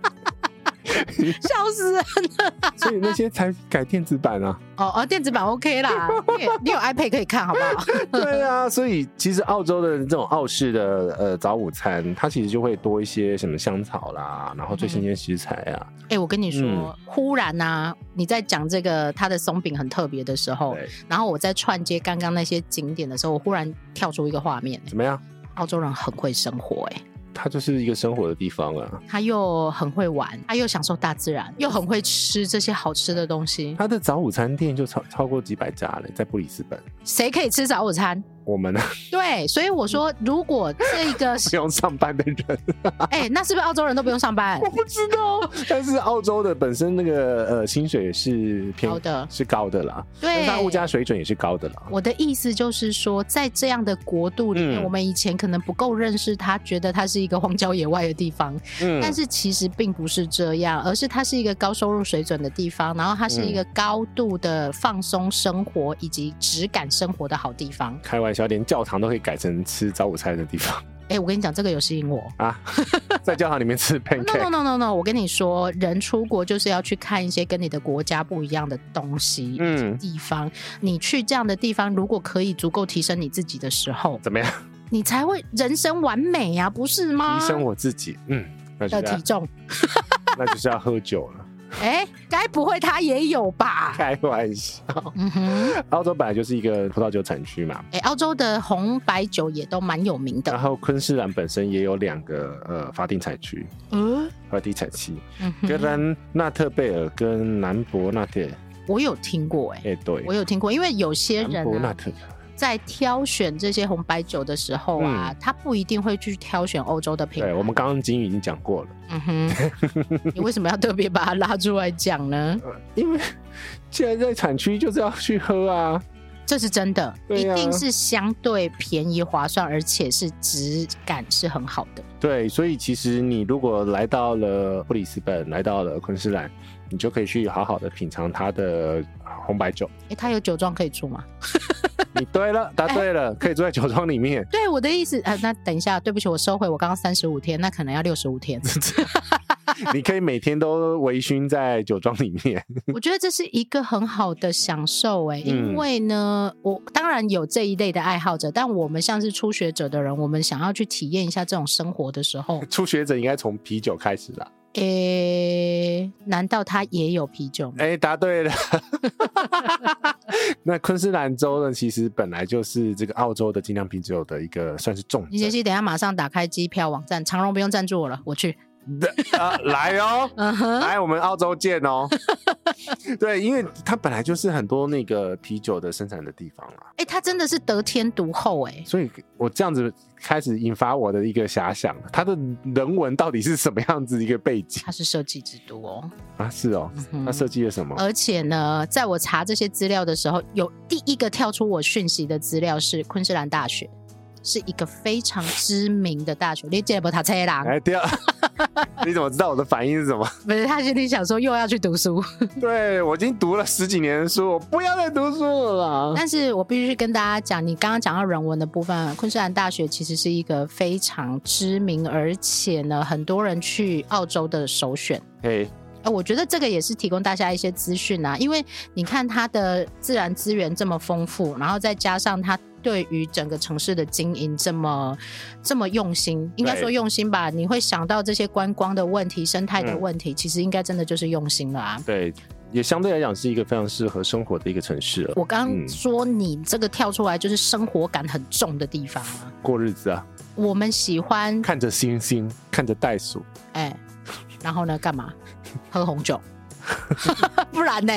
Speaker 2: 笑死人！
Speaker 1: 所以那些才改电子版啊。
Speaker 2: 哦哦，电子版 OK 啦，你也你有 iPad 可以看，好不好？
Speaker 1: 对啊，所以其实澳洲的这种澳式的呃早午餐，它其实就会多一些什么香草啦，然后最新鲜食材啊。
Speaker 2: 哎、我跟你说，忽然呐、你在讲这个它的松饼很特别的时候，
Speaker 1: 对，
Speaker 2: 然后我在串接刚刚那些景点的时候，我忽然跳出一个画面、
Speaker 1: 怎么样？
Speaker 2: 澳洲人很会生活、哎，
Speaker 1: 它就是一个生活的地方啊。
Speaker 2: 他又很会玩，他又享受大自然，又很会吃这些好吃的东西。
Speaker 1: 它的早午餐店就超超过几百家了，在布里斯本。
Speaker 2: 谁可以吃早午餐？
Speaker 1: 我们呢
Speaker 2: 对，所以我说，如果这个
Speaker 1: 不
Speaker 2: 是，
Speaker 1: 用上班的人，
Speaker 2: 哎、那是不是澳洲人都不用上班？
Speaker 1: 不知道。但是澳洲的本身那个呃薪水也是偏
Speaker 2: 高的
Speaker 1: 是高的啦，但
Speaker 2: 对
Speaker 1: 是，它物价水准也是高的啦。
Speaker 2: 我的意思就是说，在这样的国度里面，
Speaker 1: 嗯
Speaker 2: 我们以前可能不够认识它，觉得它是一个荒郊野外的地方，
Speaker 1: 嗯
Speaker 2: 但是其实并不是这样，而是它是一个高收入水准的地方，然后它是
Speaker 1: 嗯
Speaker 2: 一个高度的放松生活以及质感生活的好地方。
Speaker 1: 开玩笑，连教堂都可以改成吃早午餐的地 方
Speaker 2: 哎、我跟你讲，这个有吸引我。
Speaker 1: 啊，在教堂里面吃
Speaker 2: No no
Speaker 1: pancake。
Speaker 2: no no no！我跟你说，人出国就是要去看一些跟你的国家不一样的东西、
Speaker 1: 嗯，
Speaker 2: 地方。你去这样的地方，如果可以足够提升你自己的时候，
Speaker 1: 怎么样？
Speaker 2: 你才会人生完美呀、不是吗？
Speaker 1: 提升我自己，嗯，那就
Speaker 2: 的
Speaker 1: 是要
Speaker 2: 体重，
Speaker 1: 那就是要喝酒 了。
Speaker 2: 哎、该不会他也有吧？
Speaker 1: 开玩笑，
Speaker 2: 嗯哼，
Speaker 1: 澳洲本来就是一个葡萄酒产区嘛，
Speaker 2: 哎、澳洲的红白酒也都蛮有名
Speaker 1: 然
Speaker 2: 的。
Speaker 1: 后昆士兰本身也有两个呃法定产区。
Speaker 2: 嗯，
Speaker 1: 和地产期，
Speaker 2: 嗯
Speaker 1: 格
Speaker 2: 哼，
Speaker 1: 兰纳特贝尔跟南伯纳特，
Speaker 2: 我有听过、哎，
Speaker 1: 哎、对
Speaker 2: 我，有听过，因为有些
Speaker 1: 南
Speaker 2: 人
Speaker 1: 伯纳
Speaker 2: 啊，
Speaker 1: 特，
Speaker 2: 在挑选这些红白酒的时候啊，他不一定会去挑选欧洲的品
Speaker 1: 嗯
Speaker 2: 牌
Speaker 1: 哎对。我们刚刚金宇已经讲过了，
Speaker 2: 嗯哼， 你为什么要特别把它拉出来讲呢？
Speaker 1: 因为既然在产区就是要去喝啊，
Speaker 2: 这是真的，一
Speaker 1: 对啊
Speaker 2: 定是相对便宜划算，而且是质感是很好的。
Speaker 1: 对，所以其实你如果来到了布里斯本，来到了昆士兰，你就可以去好好的品尝它的红白酒。
Speaker 2: 诶，它有酒庄可以出吗？
Speaker 1: 你对 了，答对了，可以住在酒庄里面，
Speaker 2: 对，我的意思，呃，那等一下，对不起，我收回我刚刚三十五天，那可能要六十五天。
Speaker 1: 你可以每天都微醺在酒庄里面。
Speaker 2: 我觉得这是一个很好的享受、诶，因
Speaker 1: 嗯
Speaker 2: 为呢，我当然有这一类的爱好者，但我们像是初学者的人，我们想要去体验一下这种生活的时候，
Speaker 1: 初学者应该从啤酒开始啦。
Speaker 2: 诶、难道它也有啤酒吗？
Speaker 1: 哎、答对了。 那昆士兰州呢，其实本来就是这个澳洲的精酿啤酒的一个算是重
Speaker 2: 林杰
Speaker 1: 镇
Speaker 2: 西，等一下马上打开机票网站，长荣不用赞助我了，我去。，
Speaker 1: 啊、来哦
Speaker 2: 嗯哼，
Speaker 1: 来我们澳洲见哦。 对，因为它本来就是很多那个啤酒的生产的地方啦，
Speaker 2: 哎，他真的是得天独厚哎、
Speaker 1: 所以我这样子开始引发我的一个遐想，它的人文到底是什么样子一个背景
Speaker 2: 他是设计之都哦。
Speaker 1: 啊？是哦，
Speaker 2: 嗯
Speaker 1: 它设计了什么？
Speaker 2: 而且呢，在我查这些资料的时候，有第一个跳出我讯息的资料是昆士兰大学，是一个非常知名的大学。你记得不？他车啦，
Speaker 1: 哎，第二， 你怎么知道我的反应是什么？
Speaker 2: 不是他心里想说又要去读书，
Speaker 1: 对我已经读了十几年的书，我不要再读书了啦。
Speaker 2: 但是我必须跟大家讲，你刚刚讲到人文的部分，昆士兰大学其实是一个非常知名，而且呢，很多人去澳洲的首选。
Speaker 1: 嘿，
Speaker 2: 呃，我觉得这个也是提供大家一些资讯啊，因为你看它的自然资源这么丰富，然后再加上它对于整个城市的经营这么这么用心，应该说用心吧，你会想到这些观光的问题、生态的
Speaker 1: 嗯
Speaker 2: 问题，其实应该真的就是用心了啊。
Speaker 1: 对，也相对来讲是一个非常适合生活的一个城市了，
Speaker 2: 我刚
Speaker 1: 嗯
Speaker 2: 刚说你这个跳出来就是生活感很重的地方啊，
Speaker 1: 过日子啊，
Speaker 2: 我们喜欢
Speaker 1: 看着星星，看着袋鼠，
Speaker 2: 哎，然后呢干嘛？喝 红酒，不然呢？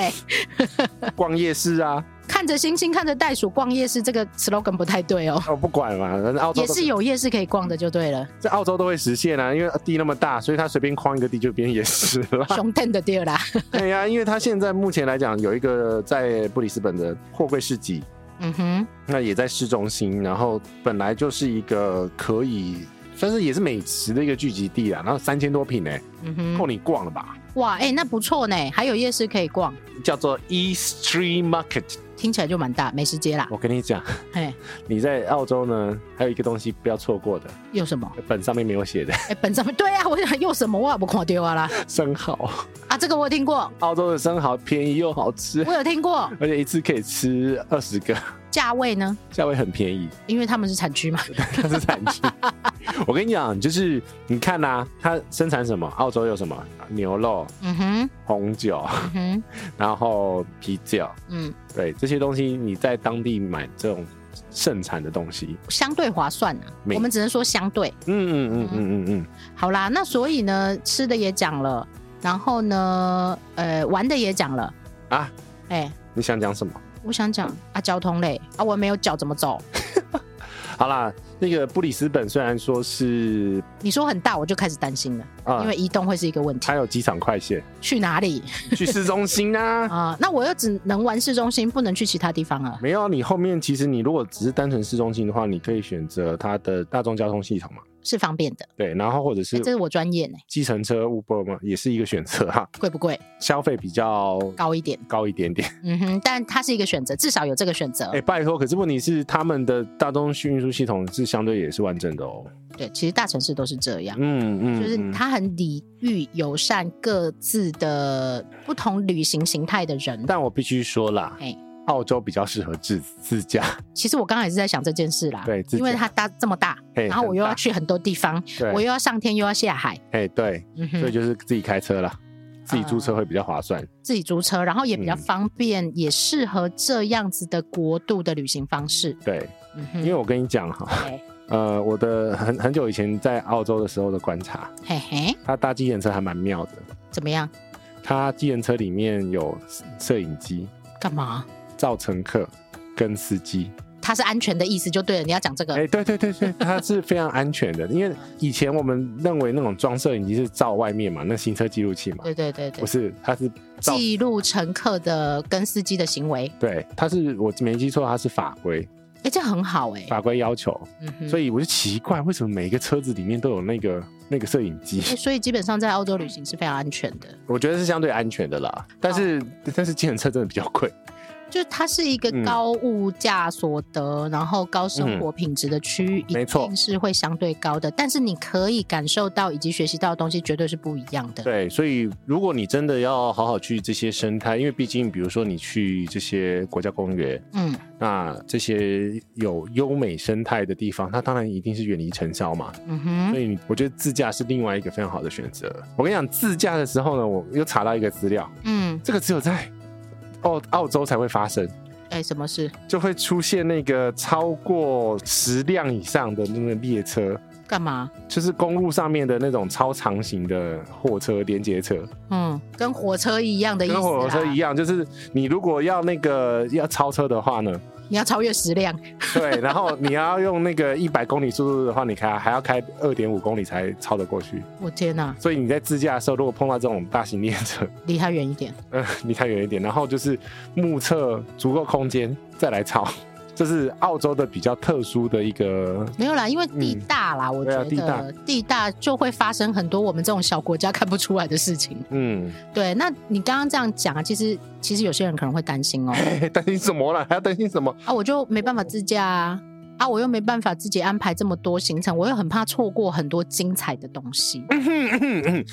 Speaker 1: 逛夜市啊，
Speaker 2: 看着星星，看着袋鼠逛夜市，这个 slogan 不太对哦。
Speaker 1: 我不管嘛，反正澳洲
Speaker 2: 也
Speaker 1: 都
Speaker 2: 是有夜市可以逛的，就对 了，
Speaker 1: 在澳洲都会实现啊，因为地那么大，所以它随便框一个地就变夜市 了。
Speaker 2: 熊店的店啦。
Speaker 1: 对呀、因为它现在目前来讲有一个在布里斯本的货柜市集，
Speaker 2: 嗯哼，
Speaker 1: 那也在市中心，然后本来就是一个可以算是也是美食的一个聚集地啊，然后三千多平哎、
Speaker 2: 嗯
Speaker 1: 够
Speaker 2: 哼，
Speaker 1: 你逛了吧？
Speaker 2: 哇，哎、那不错呢，还有夜市可以逛，
Speaker 1: 叫做 E Street Market，
Speaker 2: 听起来就蛮大，美食街啦。
Speaker 1: 我跟你讲，
Speaker 2: 嘿，
Speaker 1: 你在澳洲呢，还有一个东西不要错过的，
Speaker 2: 有什么？
Speaker 1: 本上面没有写的
Speaker 2: 哎、本上面 对啊，我想有什么我也不看丢啊 啦。
Speaker 1: 生蚝，
Speaker 2: 啊，这个我有听过，
Speaker 1: 澳洲的生蚝便宜又好吃，
Speaker 2: 我有听过，
Speaker 1: 而且一次可以吃二十个，
Speaker 2: 价位呢？
Speaker 1: 价位很便宜。
Speaker 2: 因为他们是产区嘛。
Speaker 1: 它是产区。 我跟你讲，就是你看呐、它生产什么？澳洲有什么？牛肉、
Speaker 2: 嗯哼，
Speaker 1: 红酒，
Speaker 2: 嗯哼，
Speaker 1: 然后啤酒，
Speaker 2: 嗯，
Speaker 1: 对这些东西，你在当地买这种盛产的东西，
Speaker 2: 相对划算啊。
Speaker 1: 没
Speaker 2: 我们只能说相对。
Speaker 1: 嗯嗯嗯嗯嗯嗯，
Speaker 2: 好啦，那所以呢，吃的也讲了，然后呢，呃，玩的也讲了
Speaker 1: 啊。
Speaker 2: 哎、
Speaker 1: 你想讲什么？
Speaker 2: 我想讲啊，交通类啊，我没有脚怎么走？
Speaker 1: 好啦，那个布里斯本虽然说是
Speaker 2: 你说很大，我就开始担心了，
Speaker 1: 啊，哎
Speaker 2: 因为移动会是一个问题。
Speaker 1: 它有机场快 线，
Speaker 2: 去 哪里
Speaker 1: 去市中心啊。
Speaker 2: 啊、那我又只能玩市中心，不能去其他地方啊。
Speaker 1: 没有，你后面其实你如果只是单纯市中心的话，你可以选择它的大众交通系统嘛，
Speaker 2: 是方便的，
Speaker 1: 对，然后或者
Speaker 2: 哎
Speaker 1: 是
Speaker 2: 这是我专业呢，
Speaker 1: 计程车 Uber 嘛，也是一个选择哈、
Speaker 2: 贵不贵？
Speaker 1: 消费比较
Speaker 2: 高一点，
Speaker 1: 高一 点点。
Speaker 2: 嗯哼，但它是一个选择，至少有这个选择。
Speaker 1: 哎、拜托，可是问题是他们的大众运输系统是相对也是完整的哦。
Speaker 2: 对，其实大城市都是这样。
Speaker 1: 嗯嗯，
Speaker 2: 就是
Speaker 1: 嗯
Speaker 2: 它很礼遇友善各自的不同旅行形态的人，
Speaker 1: 但我必须说啦，
Speaker 2: 哎，
Speaker 1: 澳洲比较适合自自驾，
Speaker 2: 其实我刚才也是在想这件事啦，
Speaker 1: 对自
Speaker 2: 因为
Speaker 1: 驾
Speaker 2: 它大这么大，
Speaker 1: 哎
Speaker 2: 然后我
Speaker 1: 很
Speaker 2: 又要
Speaker 1: 大
Speaker 2: 去很多地方，我
Speaker 1: 对，
Speaker 2: 又要上天又要下海，
Speaker 1: 哎对，
Speaker 2: 嗯
Speaker 1: 所以
Speaker 2: 哼，
Speaker 1: 就是自己开车啦，自己租车会比较划算。
Speaker 2: 自己租车，然后也比较
Speaker 1: 嗯
Speaker 2: 方便，也适合这样子的国度的旅行方式。
Speaker 1: 对，
Speaker 2: 嗯
Speaker 1: 因为
Speaker 2: 哼，
Speaker 1: 我跟你讲哈，
Speaker 2: 对
Speaker 1: 呃，我的很很久以前在澳洲的时候的观察，
Speaker 2: 嘿嘿，
Speaker 1: 他搭机程车还蛮妙的。
Speaker 2: 怎么样？
Speaker 1: 他机程车里面有摄影机、
Speaker 2: 干嘛？
Speaker 1: 照乘客跟司机，
Speaker 2: 它是安全的意思就对了，你要讲这个
Speaker 1: 哎、，对对对对，它是非常安全的，因为以前我们认为那种装摄影机是照外面嘛，那行车记录器嘛，
Speaker 2: 对对对
Speaker 1: 不
Speaker 2: 对，
Speaker 1: 是，它是照
Speaker 2: 嗯记录乘客的跟司机的行为，
Speaker 1: 对，它是我没记错，它是法规，
Speaker 2: 哎，这很好哎，
Speaker 1: 法规要求，
Speaker 2: 嗯哼，
Speaker 1: 所
Speaker 2: 以
Speaker 1: 以我就奇怪为什么每一个车子里面都有那个 那个摄影机，
Speaker 2: 哎所以基本上在澳洲旅行是非常安全的，
Speaker 1: 我觉得是相对安全的啦，但是、但是计程车真的比较贵，
Speaker 2: 就是它是一个
Speaker 1: 嗯
Speaker 2: 高物价所得，然后高生活品质的区域，
Speaker 1: 嗯没
Speaker 2: 一
Speaker 1: 错
Speaker 2: 定是会相对高的。但是你可以感受到以及学习到的东西，绝对是不一样的。
Speaker 1: 对，所以如果你真的要好好去这些生态，因为毕竟比如说你去这些国家公园，
Speaker 2: 嗯，
Speaker 1: 那这些有优美生态的地方，它当然一定是远离尘嚣嘛。
Speaker 2: 嗯哼，
Speaker 1: 所以我觉得自驾是另外一个非常好的选择。我跟你讲，自驾的时候呢，我又查到一个资料，
Speaker 2: 嗯，
Speaker 1: 这个只有在澳澳洲才会发生，
Speaker 2: 哎、什么事？
Speaker 1: 就会出现那个超过十辆以上的那个列车，
Speaker 2: 干嘛？
Speaker 1: 就是公路上面的那种超长型的货车连接车，
Speaker 2: 嗯，跟火车一样的意思
Speaker 1: 跟
Speaker 2: 啦。
Speaker 1: 火车一样，就是你如果要那个要超车的话 呢，
Speaker 2: 你要超越食量，
Speaker 1: 对，然后你要用那个一百公里速度的话，你开还要开二点五公里才超得过去。
Speaker 2: 我天哪、
Speaker 1: 所以你在自驾的时候，如果碰到这种大型列车，
Speaker 2: 离他远一点。
Speaker 1: 呃，离它远一点，然后就是目测足够空间再来超，这是澳洲的比较特殊的一个。
Speaker 2: 没有啦，因为地大啦，我觉
Speaker 1: 对啊
Speaker 2: 得
Speaker 1: 地大
Speaker 2: 地大就会发生很多我们这种小国家看不出来的事情。
Speaker 1: 嗯，
Speaker 2: 对，那你刚刚这样讲啊，其实 其实有些人可能会担心哦、
Speaker 1: 担心什么啦？还要担心什么？
Speaker 2: 啊，我就没办法自驾啊。啊啊，我又没办法自己安排这么多行程，我又很怕错过很多精彩的东 西，
Speaker 1: 嗯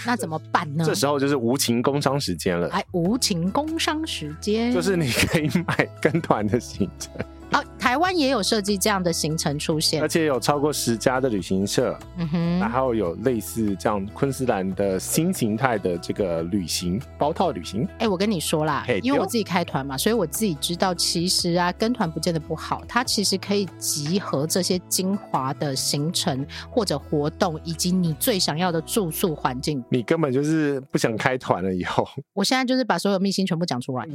Speaker 2: 那怎么办呢？
Speaker 1: 这时候就是无情工商时间了，
Speaker 2: 哎，无情工商时间，
Speaker 1: 就是你可以买跟团的行 程，
Speaker 2: 啊，台湾也有设计这样的行程出现
Speaker 1: 而，且有超过十家的旅行社，
Speaker 2: 嗯
Speaker 1: 然
Speaker 2: 哼，
Speaker 1: 后有类似这样昆士兰的新形态的这个旅行包套旅行，
Speaker 2: 哎，我跟你说啦
Speaker 1: 嘿，
Speaker 2: 因为
Speaker 1: 对
Speaker 2: 我
Speaker 1: 哦
Speaker 2: 自己开团嘛，所以我自己知道，其实啊，跟团不见得不好，它其实可以集合这些精华的行程或者活动，以及你最想要的住宿环境。
Speaker 1: 你根本就是不想开团了以后，
Speaker 2: 我现在就是把所有秘辛全部讲出来，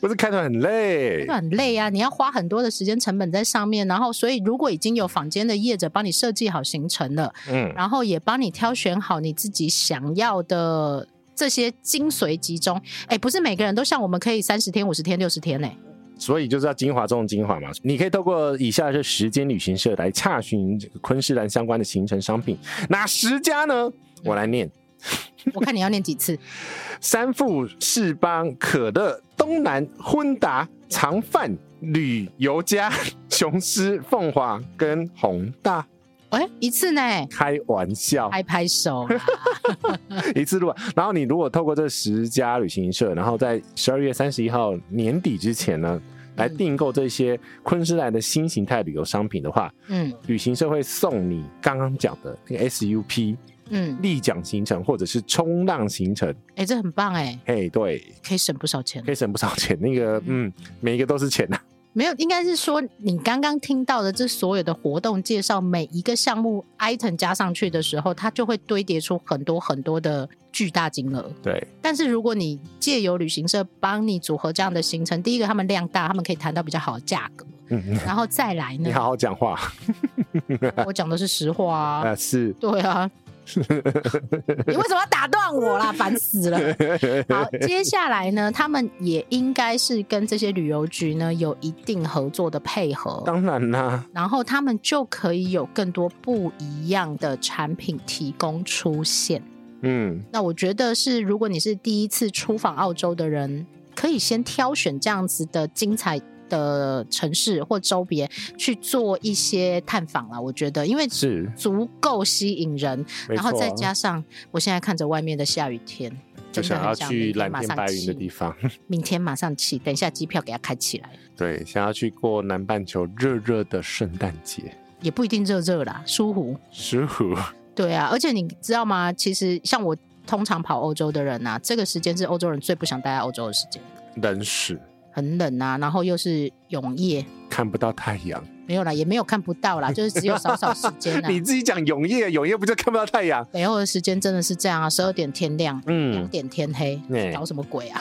Speaker 1: 不是开团很累
Speaker 2: 真的，很累啊！你要花很多的时间成本在上面，然后所以如果已经有坊间的业者帮你设计好行程了，
Speaker 1: 嗯，
Speaker 2: 然后也帮你挑选好你自己想要的这些精髓集中，哎，不是每个人都像我们可以三十天、五十天、六十天呢、
Speaker 1: 所以就是要精华中的精华嘛。你可以透过以下这十间旅行社来查询这个昆士兰相关的行程商品，哪十家
Speaker 2: 嗯
Speaker 1: 呢？我来念：
Speaker 2: 我看你要念几次，
Speaker 1: 三富、士邦、可乐、东南、婚达、长饭、旅游家、 雄狮、凤凰跟宏大。
Speaker 2: 哎，一次呢，
Speaker 1: 开玩笑，
Speaker 2: 拍拍手啊啦，
Speaker 1: 一次录完。然后你如果透过这十家旅行社，然后在十二月三十一号年底之前呢，来订购这些昆士兰的新形态旅游商品的话，
Speaker 2: 嗯
Speaker 1: 旅行社会送你刚刚讲的那个 SUP
Speaker 2: 嗯，
Speaker 1: 立桨行程或者是冲浪行程。
Speaker 2: 哎，这很棒哎，
Speaker 1: 嘿，对，
Speaker 2: 可以省不少钱
Speaker 1: 可。以省不少钱。那个，嗯，每一个都是钱啊呐、
Speaker 2: 没有，应该是说你刚刚听到的这所有的活动介绍，每一个项目 item 加上去的时候，它就会堆叠出很多很多的巨大金额。
Speaker 1: 对，
Speaker 2: 但是如果你借由旅行社帮你组合这样的行程，第一个他们量大，他们可以谈到比较好的价 格，
Speaker 1: 嗯，
Speaker 2: 然后再来
Speaker 1: 你
Speaker 2: 呢
Speaker 1: 好，好讲话。
Speaker 2: 我讲的是实话啊，
Speaker 1: 呃， 是，
Speaker 2: 对 啊，你为什么要打断我啦？烦死 了！好，接下来呢，他们也应该是跟这些旅游局呢有一定合作的配合，
Speaker 1: 当然啦，
Speaker 2: 然后他们就可以有更多不一样的产品提供出现。
Speaker 1: 嗯，
Speaker 2: 那我觉得是，如果你是第一次出访澳洲的人，可以先挑选这样子的精彩的城市或周边去做一些探访啦。我觉得，因为
Speaker 1: 是，
Speaker 2: 足够吸引人，
Speaker 1: 没
Speaker 2: 然后
Speaker 1: 错
Speaker 2: 再加上我现在看着外面的下雨天，
Speaker 1: 就
Speaker 2: 真的
Speaker 1: 想
Speaker 2: 很
Speaker 1: 要
Speaker 2: 想
Speaker 1: 去
Speaker 2: 明天
Speaker 1: 蓝
Speaker 2: 马
Speaker 1: 天
Speaker 2: 上
Speaker 1: 白云的
Speaker 2: 起
Speaker 1: 地方。
Speaker 2: 明天马上起，等一下机票给它开起来，
Speaker 1: 对，想要去过南半球热热的圣诞节，
Speaker 2: 也不一定热热啦，舒服。
Speaker 1: 舒服。
Speaker 2: 对啊，而且你知道吗？其实像我通常跑欧洲的人啊，这个时间是欧洲人最不想待在欧洲的时间，
Speaker 1: 冷死，
Speaker 2: 很冷啊，然后又是永夜，
Speaker 1: 看不到太阳。
Speaker 2: 没有啦，也没有看不 到啦，就是只有少少时间啦。
Speaker 1: 你自己讲永夜，永夜不就看不到太阳？
Speaker 2: 北欧的时间真的是这样啊，十二点天亮，两
Speaker 1: 嗯，
Speaker 2: 点天黑，
Speaker 1: 哎
Speaker 2: 搞什么鬼啊？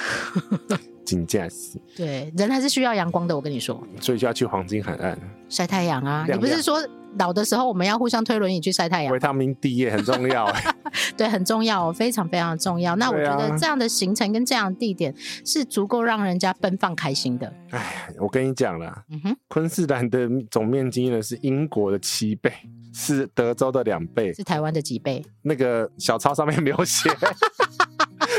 Speaker 1: 金价死，
Speaker 2: 对，人还是需要阳光的。我跟你说，
Speaker 1: 所以就要去黄金海岸，
Speaker 2: 晒太阳啊！
Speaker 1: 亮
Speaker 2: 你不是说老的时候我们要互相推轮椅去晒太阳
Speaker 1: 维？他命 D 也很重 要、 哎
Speaker 2: 对，很重要哦，非常非常重要。那我
Speaker 1: 对
Speaker 2: 觉
Speaker 1: 啊
Speaker 2: 得这样的行程跟这样的地点是足够让人家奔放开心的。
Speaker 1: 哎，我跟你讲啦，
Speaker 2: 嗯哼，
Speaker 1: 昆士兰的总面积呢是英国的七倍，是德州的两倍。
Speaker 2: 是台湾的几倍？
Speaker 1: 那个小抄上面没有 写，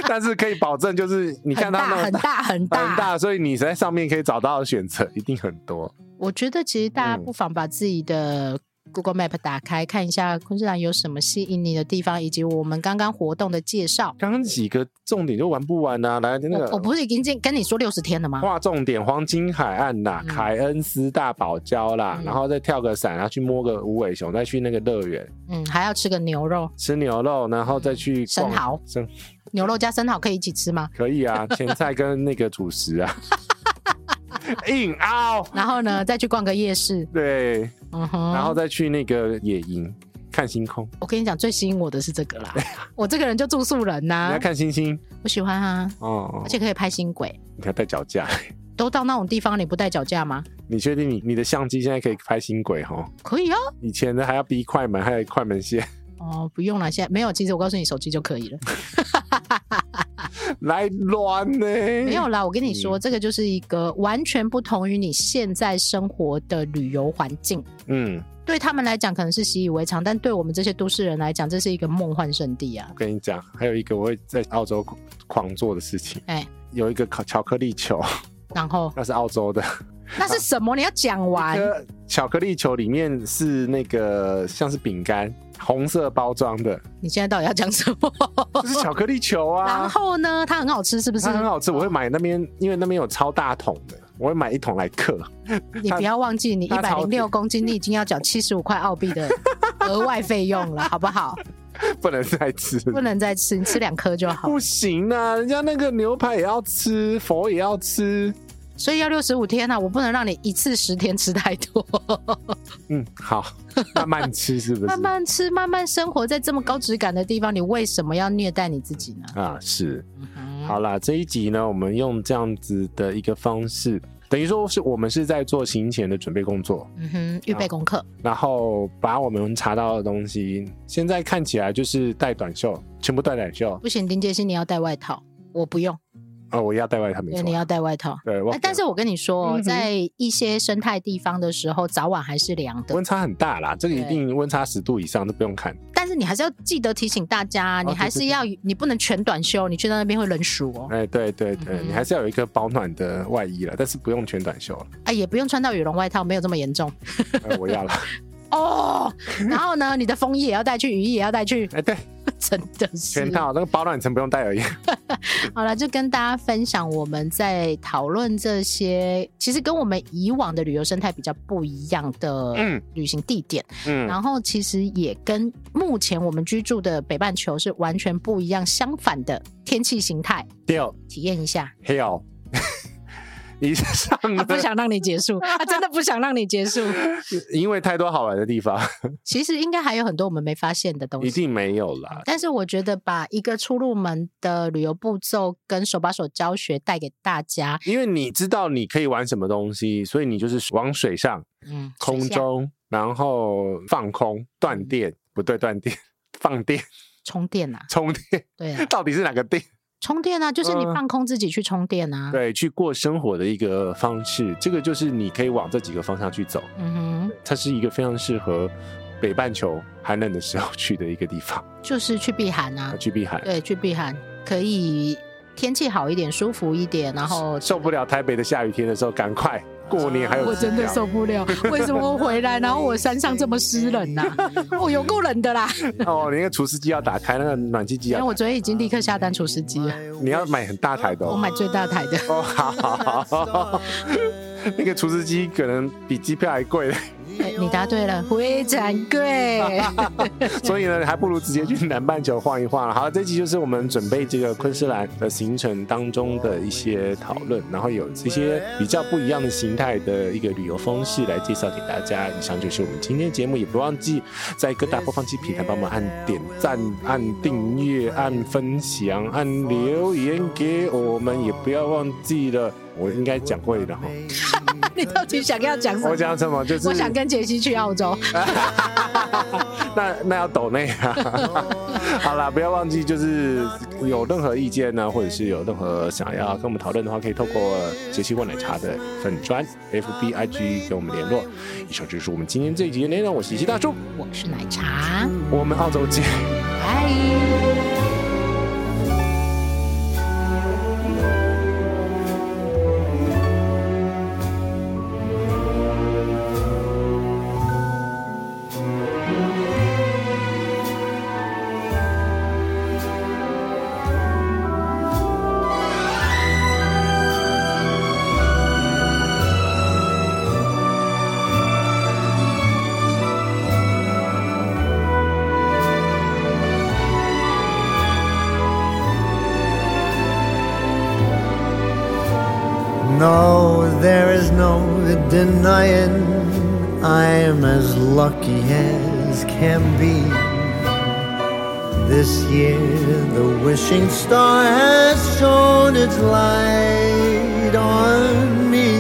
Speaker 1: 但是可以保证，就是你看
Speaker 2: 很大
Speaker 1: 它那
Speaker 2: 很
Speaker 1: 么
Speaker 2: 大很大
Speaker 1: 很大，所以你在上面可以找到的选择一定很多。
Speaker 2: 我觉得其实大
Speaker 1: 嗯
Speaker 2: 家不妨把自己的 Google Map 打开，看一下昆士兰有什么吸引你的地方，以及我们刚刚活动的介绍。
Speaker 1: 刚刚几个重点就玩不完呐、来那
Speaker 2: 我我
Speaker 1: 个
Speaker 2: 不是已经跟跟你说六十天了吗？
Speaker 1: 划重点，黄金海岸啦，
Speaker 2: 嗯
Speaker 1: 凯恩斯大堡礁啦，
Speaker 2: 嗯
Speaker 1: 然后再跳个伞，然后去摸个无尾熊，再去那个乐园
Speaker 2: 嗯，还要吃个牛肉，
Speaker 1: 吃牛肉，然后再去
Speaker 2: 嗯生
Speaker 1: 逛
Speaker 2: 蚝，
Speaker 1: 生
Speaker 2: 牛肉加生蚝可以一起吃吗？
Speaker 1: 可以啊，前菜跟那个主食 啊，硬凹
Speaker 2: 然后呢，再去逛个夜市，
Speaker 1: 对，
Speaker 2: 嗯哼。
Speaker 1: 然后再去那个野营看星空，
Speaker 2: 我跟你讲，最吸引我的是这个啦，我这个人就住宿人
Speaker 1: 你
Speaker 2: 呐、
Speaker 1: 要看星星
Speaker 2: 我喜欢啊，
Speaker 1: 哦
Speaker 2: 而，且可以拍新轨。
Speaker 1: 你还带脚架，
Speaker 2: 都到那种地方，你不带脚架吗？
Speaker 1: 你确定你你的相机现在可以拍新轨哦？
Speaker 2: 可以啊，
Speaker 1: 以前的还要逼快门，还有快门线。
Speaker 2: 哦，不用了，现在没有。其实我告诉你，手机就可以了。
Speaker 1: 来乱呢、
Speaker 2: 没有啦，我跟你
Speaker 1: 嗯
Speaker 2: 说，这个就是一个完全不同于你现在生活的旅游环境。
Speaker 1: 嗯，
Speaker 2: 对他们来讲可能是习以为常，但对我们这些都市人来讲，这是一个梦幻圣地啊
Speaker 1: 我！跟你讲，还有一个我会在澳洲狂做的事情，
Speaker 2: 哎，
Speaker 1: 有一个巧巧克力球，
Speaker 2: 然后
Speaker 1: 那是澳洲的，
Speaker 2: 那是什么？你要讲完
Speaker 1: 一。颗巧克力球里面是那个像是饼干，红色包装的，
Speaker 2: 你现在到底要讲什 么？
Speaker 1: 就是巧克力球
Speaker 2: 哦然
Speaker 1: 啊。
Speaker 2: 后呢？它很好吃，是不是
Speaker 1: 它？很好吃，我会买那边，因为那边有超大桶的，我会买一桶来克。
Speaker 2: 你不要忘记，你一
Speaker 1: 它
Speaker 2: 百
Speaker 1: 超
Speaker 2: 零
Speaker 1: 甜
Speaker 2: 六公斤，你已经要缴七十五块澳 币的额外费用了，好不好？
Speaker 1: 不能再吃，
Speaker 2: 不能再吃，你吃两颗就好。
Speaker 1: 不行啊！人家那个牛排也要吃，佛也要吃。
Speaker 2: 所以要六十五天啊，我不能让你一次十天吃太多，
Speaker 1: 嗯，好， 慢慢吃是不是？
Speaker 2: 慢慢吃，慢慢生活在这么高质感的地方，你为什么要虐待你自己呢？
Speaker 1: 啊，是。
Speaker 2: 嗯
Speaker 1: 好啦，这一集呢，我们用这样子的一个方式，等于说是我们是在做行前的准备工作，
Speaker 2: 嗯哼，预备功课，
Speaker 1: 然后把我们查到的东西，现在看起来就是带短袖，全部带短袖啊、
Speaker 2: 不行，林杰心你要带外套，我不用，
Speaker 1: 我也要带外套，没错
Speaker 2: 对，你。要带外套。
Speaker 1: 对，我
Speaker 2: 哎但是我跟你说
Speaker 1: 嗯
Speaker 2: 哦，
Speaker 1: 哼
Speaker 2: 在一些生态地方的时候，早晚还是凉的
Speaker 1: 温。差很大啦，这个一
Speaker 2: 对
Speaker 1: 定温差十度以上都不用看。
Speaker 2: 但是你还是要记得提醒大家，啊
Speaker 1: 对
Speaker 2: 你还是要你不能全短袖，你去到那边会冷暑哦。
Speaker 1: 哎，对对对，
Speaker 2: 嗯哼
Speaker 1: 你还是要有一个保暖的外衣了，但是不用全短袖了。
Speaker 2: 哎，也不用穿到羽绒外套，没有这么严 重
Speaker 1: 哎我要了，
Speaker 2: 哦。然后呢，你的风衣也要带去，雨衣也要带去，
Speaker 1: 哎，对，
Speaker 2: 真的是
Speaker 1: 全套那个保暖层不用带 而已。
Speaker 2: 好了，就跟大家分享我们在讨论这些，其实跟我们以往的旅游生态比较不一样的
Speaker 1: 嗯
Speaker 2: 旅行地点，
Speaker 1: 嗯，
Speaker 2: 然后其实也跟目前我们居住的北半球是完全不一样、相反的天气形态，
Speaker 1: 六
Speaker 2: 体验一下。
Speaker 1: hill 以上
Speaker 2: 啊、
Speaker 1: 呢
Speaker 2: 不，想让你 结束，啊，真的不想让你结束。
Speaker 1: 因为太多好玩的地方，
Speaker 2: 其实应该还有很多我们没发现的东
Speaker 1: 一
Speaker 2: 西。
Speaker 1: 定没有啦。
Speaker 2: 但是我觉得把一个出入门的旅游步骤跟手把手教学带给大家，
Speaker 1: 因为你知道你可以玩什么东西，所以你就是往水上、
Speaker 2: 嗯，
Speaker 1: 空
Speaker 2: 水下嗯
Speaker 1: 中，然后放空、断电，不对，断电、 放电、
Speaker 2: 充电啊，
Speaker 1: 充电，
Speaker 2: 对啊，
Speaker 1: 到底是哪个电？
Speaker 2: 充电啊，就是你
Speaker 1: 嗯
Speaker 2: 放空自己去充电啊。，
Speaker 1: 对，去过生活的一个方式，这个就是你可以往这几个方向去走。
Speaker 2: 嗯
Speaker 1: 它是一个非常适合北半球寒冷的时候去的一个地方，
Speaker 2: 哼，就是去避寒啊，
Speaker 1: 去避寒。
Speaker 2: 对，去避寒可以天气好一点，舒服一点，然后
Speaker 1: 受不了台北的下雨天的时候，赶快过年还有
Speaker 2: 我
Speaker 1: 机
Speaker 2: 真的
Speaker 1: 票
Speaker 2: 受不了，为什么我回来，然后我山上这么湿冷呐、哦，有够冷的啦！
Speaker 1: 哦，你那个除湿机要打开，那个暖气机
Speaker 2: 因 为
Speaker 1: 要
Speaker 2: 我昨天已经立刻下单除 湿机了，
Speaker 1: 你要买很大台的、
Speaker 2: 哎我
Speaker 1: 哦。
Speaker 2: 买最大台的。
Speaker 1: 哦，好好好， 那个除湿机可能比机票还贵，
Speaker 2: 哎你答对了，非常贵。
Speaker 1: 所以呢，还不如直接去南半球晃一晃了。好，这集就是我们准备这个昆士兰的行程当中的一些讨论，然后有这些比较不一样的形态的一个旅游方式来介绍给大家。以上就是我们今天的节目，也不忘记在各大播放器平台帮我们按点赞、按订阅、按分享、按留言给我们，也不要忘记了，我应该讲会的哈。哦
Speaker 2: 你到底想要讲什
Speaker 1: 我
Speaker 2: 么？
Speaker 1: 讲什么就是
Speaker 2: 我想跟杰西去澳洲。
Speaker 1: 那那要抖内啊！好啦，不要忘记，就是有任何意见呢，或者是有任何想要跟我们讨论的话，可以透过杰西或奶茶的粉砖 FB IG 跟我们联络。以上就是我们今天这一集的内容，我是杰西大叔，
Speaker 2: 我是奶茶，
Speaker 1: 我们澳洲见。
Speaker 2: 拜。
Speaker 4: No, there is no denying I'm as lucky as can be. This year the wishing star has shone its light on me.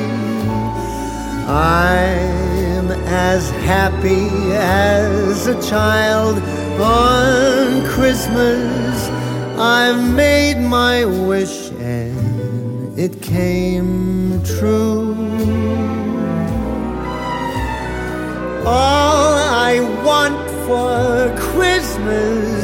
Speaker 4: I'm as happy as a child on Christmas. I've made my wish and it came true. All I want for Christmas